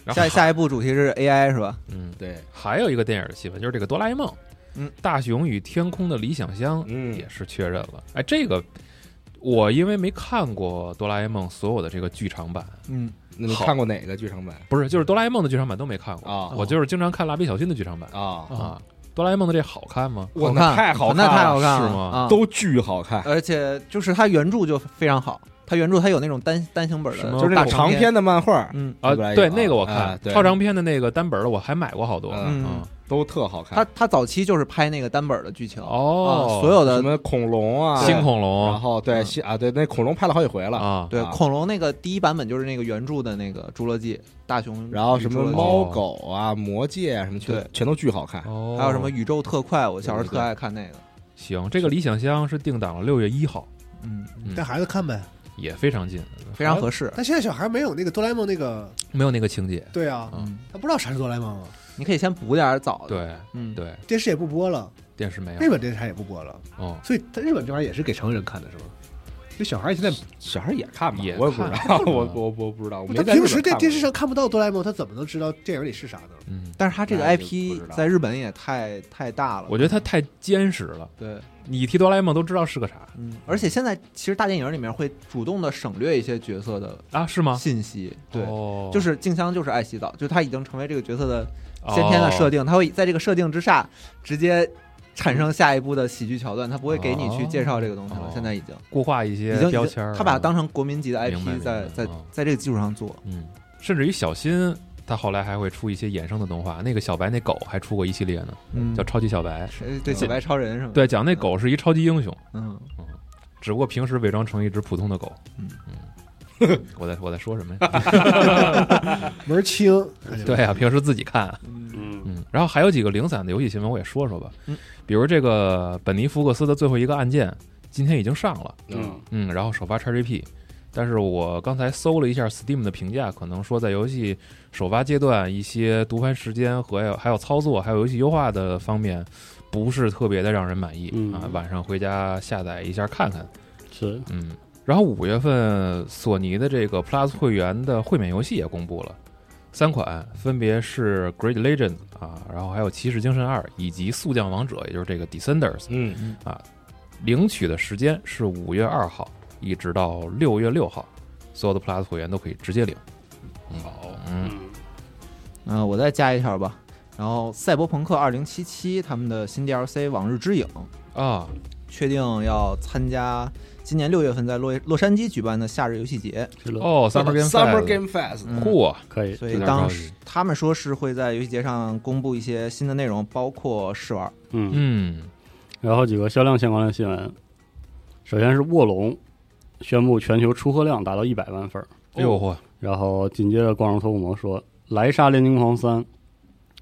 然后下还下一步主题是 AI 是吧？嗯，对，还有一个电影的戏份就是这个哆啦 A 梦，嗯，大雄与天空的理想乡嗯也是确认了。哎，这个我因为没看过哆啦 A 梦所有的这个剧场版，嗯，那你好看过哪个剧场版不是就是哆啦 A 梦的剧场版都没看过，啊我就是经常看蜡笔小新的剧场版啊？啊。哆啦 A 梦的这好看吗？哇，好那看，太好那太好了，看了，是吗啊、都巨好看，而且就是它原著就非常好，它原著它有那种单单行本什的，么就就是是那那种种哦长篇，篇的漫画，嗯，啊，哆啦 A 梦对，那个我啊看对超长篇的那个单本儿的，我还买过好多。嗯嗯，都特好看它。它早期就是拍那个单本的剧情，哦啊，所有什的么恐龙啊，新恐然龙后对嗯新啊对，那恐龙拍了好几回了，啊，对啊恐龙那个第一版本就是那个原著的那个《侏罗纪》大雄，然后什么猫哦狗啊、魔戒啊什么，对全全都巨好看。哦，还有什么宇宙特快，我小时候对对特爱看那个，行，这个理想乡是定档了六月一号，嗯，嗯带孩子看呗。也非常近，非常合适。但现在小孩没有那个哆啦 A 梦那个，没有那个情节。对啊，嗯，他不知道啥是哆啦 A 梦啊，你可以先补点儿早的，对嗯，对，电视也不播了，电视哎没有。日本电视台也不播了，哦，所以它日本这玩意儿也是给成人看的，是吗？这小孩现在，小孩也看吧，也我也不知看道， 我嗯我我不知道，我没他在日平本时在看电视过上看不到哆啦 A 梦，他怎么能知道电影里是啥呢？嗯，但是它这个那就不 IP 知道在日本也太太大了，我觉得它太坚实了，对，你提哆啦 A 梦都知道是个啥嗯，而且现在其实大电影里面会主动的省略一些角色的啊？是吗？信息，对，哦就是静香就是爱洗澡，就她已经成为这个角色的哦先天的设定，她会在这个设定之下直接产生下一步的喜剧桥段，她不会给你去介绍这个东西哦了。现在已经哦固化一已些经标已经签儿啊，她把它当成国民级的明白明白 IP 在在嗯在这个基础上做，嗯，甚至于小新，他后来还会出一些衍生的动画，那个小白那狗还出过一系列呢，嗯叫《超级小白》，谁呃对小白超人什么的，对，讲那狗是一超级英雄，嗯，只不过平时伪装成一只普通的狗。嗯嗯 我在我在说什么呀？ 门儿清，对啊，平时自己看。嗯，嗯，然后还有几个零散的游戏新闻，我也说说吧。嗯，比如这个本尼福克斯的最后一个案件，今天已经上了。嗯，嗯，然后首发 XGP，但是我刚才搜了一下 Steam 的评价，可能说在游戏首发阶段，一些读盘时间和还有操作，还有游戏优化的方面，不是特别的让人满意、嗯啊。晚上回家下载一下看看。是嗯，然后五月份索尼的这个 Plus 会员的会免游戏也公布了，三款分别是《Great Legend》啊，然后还有《骑士精神二》以及《速降王者》，也就是这个 Descenders。嗯领取的时间是五月二号一直到六月六号，所有的 Plus 会员都可以直接领。好，嗯，嗯，我再加一条吧。然后《赛博朋克2077》他们的新 DLC《往日之影》啊，确定要参加今年六月份在洛洛杉矶举办的夏日游戏节，是了，哦，Summer Game Summer Fest Game Fest，嗯酷啊，可以，所这以点当高时级他们说是会在游戏节上公布一些新的内容，包括试玩。嗯，嗯，然后几个销量相关的新闻，首先是卧龙宣布全球出货量达到一百万份儿，哎呦嚯，然后紧接着光荣特务魔说《莱莎炼金狂三》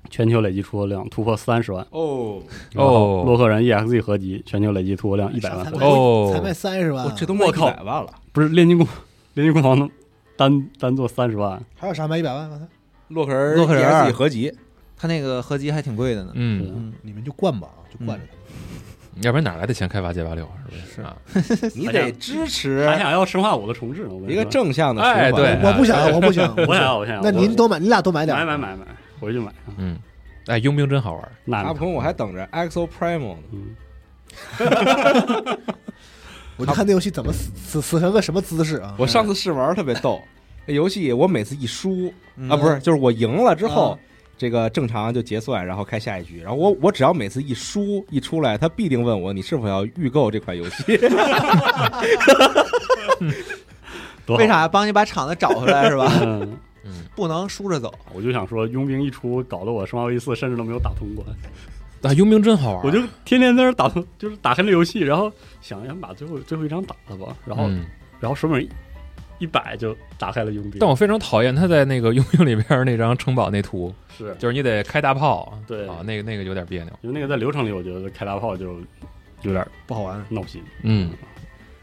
全球累计出货量突破三十万，哦，哦然后洛克人 EXE 合集全球累计出货量一百万才份儿，卖哦才卖三十万我啊，这都卖我靠一百万了，不是炼金 工，炼金工房能单单做三十万，还有啥卖一百万吗？洛克人洛克人 ESE E 合集，他那个合集还挺贵的呢，嗯，嗯，你们就惯吧，啊就惯着他。要不然哪来的钱开发街霸六啊？是不是啊？你得支持还想要生化五的重置呢，我跟你一个说，正向的循环。哎对我不想，我不想，我想啊要，我想要，那您多买，你俩多买我点。买买买买，回去买，啊嗯，哎，佣兵真好玩。那阿鹏，我还等着 EXO Primo 呢。嗯我就看那游戏怎么死死死成个什么姿势啊！我上次试玩儿特别逗，那游戏我每次一输啊，不是，就是我赢了之后啊，这个正常就结算，然后开下一局。然后我我只要每次一输一出来，他必定问我你是否要预购这款游戏。 多好为？啥帮你把厂子找回来是 吧？嗯，不能输着走。我就想说，佣兵一出，搞得我生化危机四甚至都没有打通关，啊，佣兵真好玩。我就天天在那儿打通，就是打开这游戏，然后想想把最后最后一张打了吧，然后嗯然后手柄一摆就打开了佣兵，但我非常讨厌他在那个佣 兵里边那张城堡那图，是就是你得开大炮，对啊，那个那个有点别扭。因为那个在流程里，我觉得开大炮就有点不好玩，闹心，嗯，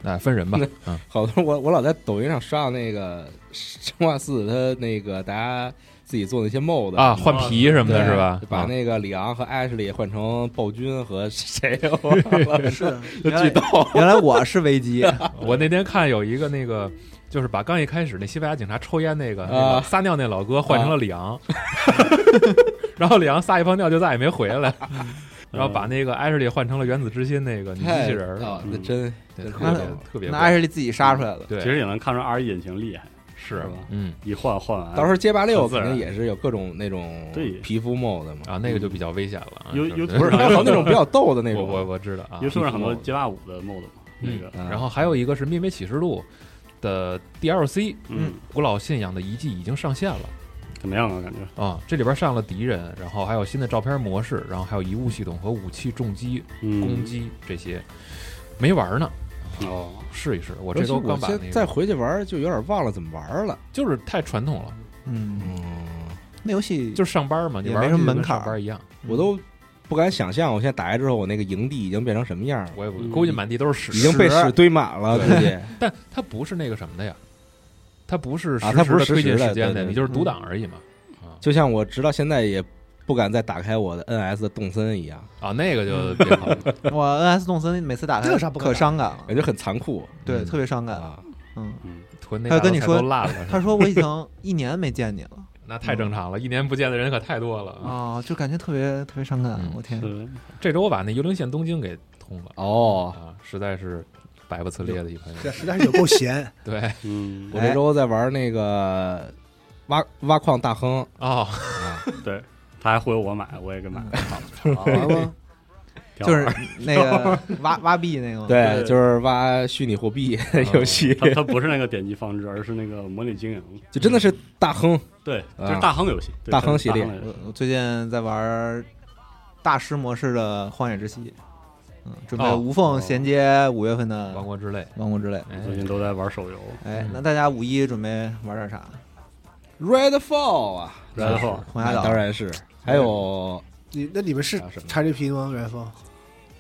那分人吧。嗯，好多我我老在抖音上刷到那个《生化四》，它那个大家自己做那些 mod 啊，换皮什么的对是吧就？把啊，那个里昂和艾什利换成暴君和谁我 忘了， 是，就原巨来逗。啊原来我是危机，我那天看有一个那个就是把刚一开始那西班牙警察抽烟那个、啊那个撒尿那老哥换成了里昂， 然后里昂撒一泡尿就再也没回来，然后把那个艾什利换成了原子之心那个女机器人儿，啊，嗯那真对真特那别特别嗯那棒艾什利自己杀出来了。对，其实也能看出 R 一引擎厉害，是吧嗯一换换啊完，到时候街霸六很自肯然定也是有各种那种对皮肤 mod 嘛，啊，那个就比较危险了，啊有就有是 不是还有那种比较逗的那我种，我我知道啊， YouTube 上很多嗯街霸五的 mod 嘛，那个嗯然后还有一个是《秘密启示录》的 DLC《嗯古老信仰的遗迹》已经上线了怎么样啊？感觉啊，这里边上了敌人，然后还有新的照片模式，然后还有遗物系统和武器重击、攻嗯击这些，没玩呢，哦，试一试。我尤这其周刚把现那个，再回去玩儿就有点忘了怎么玩儿了，就是太传统了，嗯，嗯，那游戏就是上班嘛，你也玩没游什么戏就跟门槛儿上班一样，我都不敢想象，我现在打开之后，我那个营地已经变成什么样了，我也不嗯估计满地都是已屎，经被屎堆满了，估计但它不是那个什么的呀，它不是实啊它时不的是实推进时的时间的，对对嗯你就是读档而已嘛。啊就像我直到现在也不敢再打开我的 NS 的动森一样，啊，那个就嗯别考 虑了。我 NS 动森每次打它这有啥不可可打伤感了，感觉很残酷对，嗯特别伤感。 啊。嗯，嗯，囤那他大跟你头菜说都烂了，他说我已经一年没见你了那太正常了，一年不见的人可太多了啊！啊，就感觉特别特别伤感嗯，我天。对，这周我把那幽灵线东京给通了哦，啊，实在是百不辞列的一款游这戏。实在是有 够闲。对嗯，哎我这周在玩那个挖挖矿大亨，哦，对，他还忽悠我买，我也给买嗯了， 玩吗？挺好就玩是儿那个挖挖币那个吗？对对，哎就是挖虚拟货币 嗯游戏，它它不是那个点击放置，而是那个模拟经营，就真的是大亨，对，就啊是大亨游戏，对大亨系列大我我最近在玩大师模式的《荒野之息》，嗯，准备哦无缝衔接五月份的王《国之泪，王国之泪》。哎最近都在玩手游，哎嗯，那大家五一准备玩点啥？ Redfall 啊，然后红崖岛当然是，还有你那你们是啊什么 XGP 吗？元峰，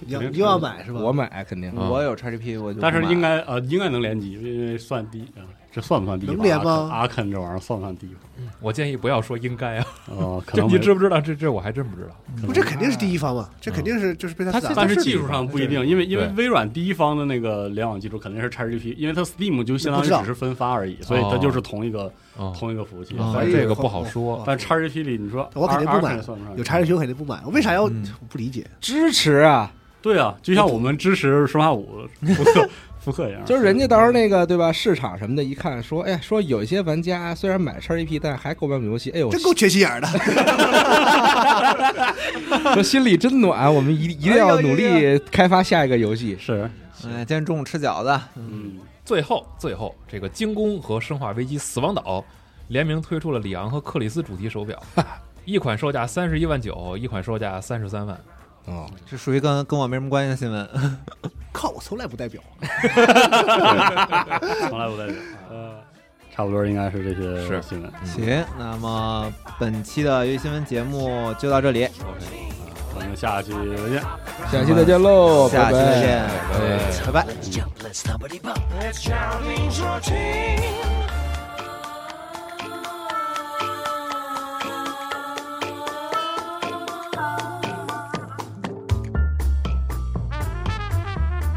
你要肯定你又要买是吧？我买肯定，嗯我有 XGP，我就但是不买应该呃应该能联机，因为算第一，呃这算不算第一吧？能连吗阿肯这玩意儿算不算第一吧？我建议不要说应该啊，哦，可这能 你没知不知道？这这我还真不知道。不，这肯定是第一方嘛，这肯定是就是被他他现在 但但是是是技术上不一定，因为因为对微软第一方的那个联网技术肯定是 XGP，因为它 Steam 就相当不于知道只是分发而已，所以它就是同一个哦，同一个服务器。哦但是这个不好说哦但 XGP 里你说我肯定不 R- 买 R 算不上有 XGP 我肯定不买，我为啥要？嗯我不理解，支持啊，对啊，就像我们支持《生化五》复刻复刻一样， 就是人家到时候那个对吧，市场什么的，一看说，哎，说有一些玩家啊虽然买 XGP，但还购买游戏，哎呦，真够缺心眼儿的。说心里真暖，我 们一一定要努力开发下一个游戏。是哎，今天中午吃饺子，嗯，最后，最后，这个精工和《生化危机：死亡岛》联名推出了里昂和克里斯主题手表，一款售价三十一万九，一款售价三十三万。哦，这属于跟跟我没什么关系的新闻。靠，我从来不代表。从来不代表。呃，差不多应该是这些是新闻，行，那么本期的游戏新闻节目就到这里，我们下期再见。下期再见喽，哎下期再拜拜见，拜拜。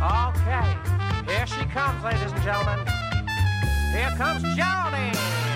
Okay, here she comes, ladies and gentlemen. Here comes Johnny.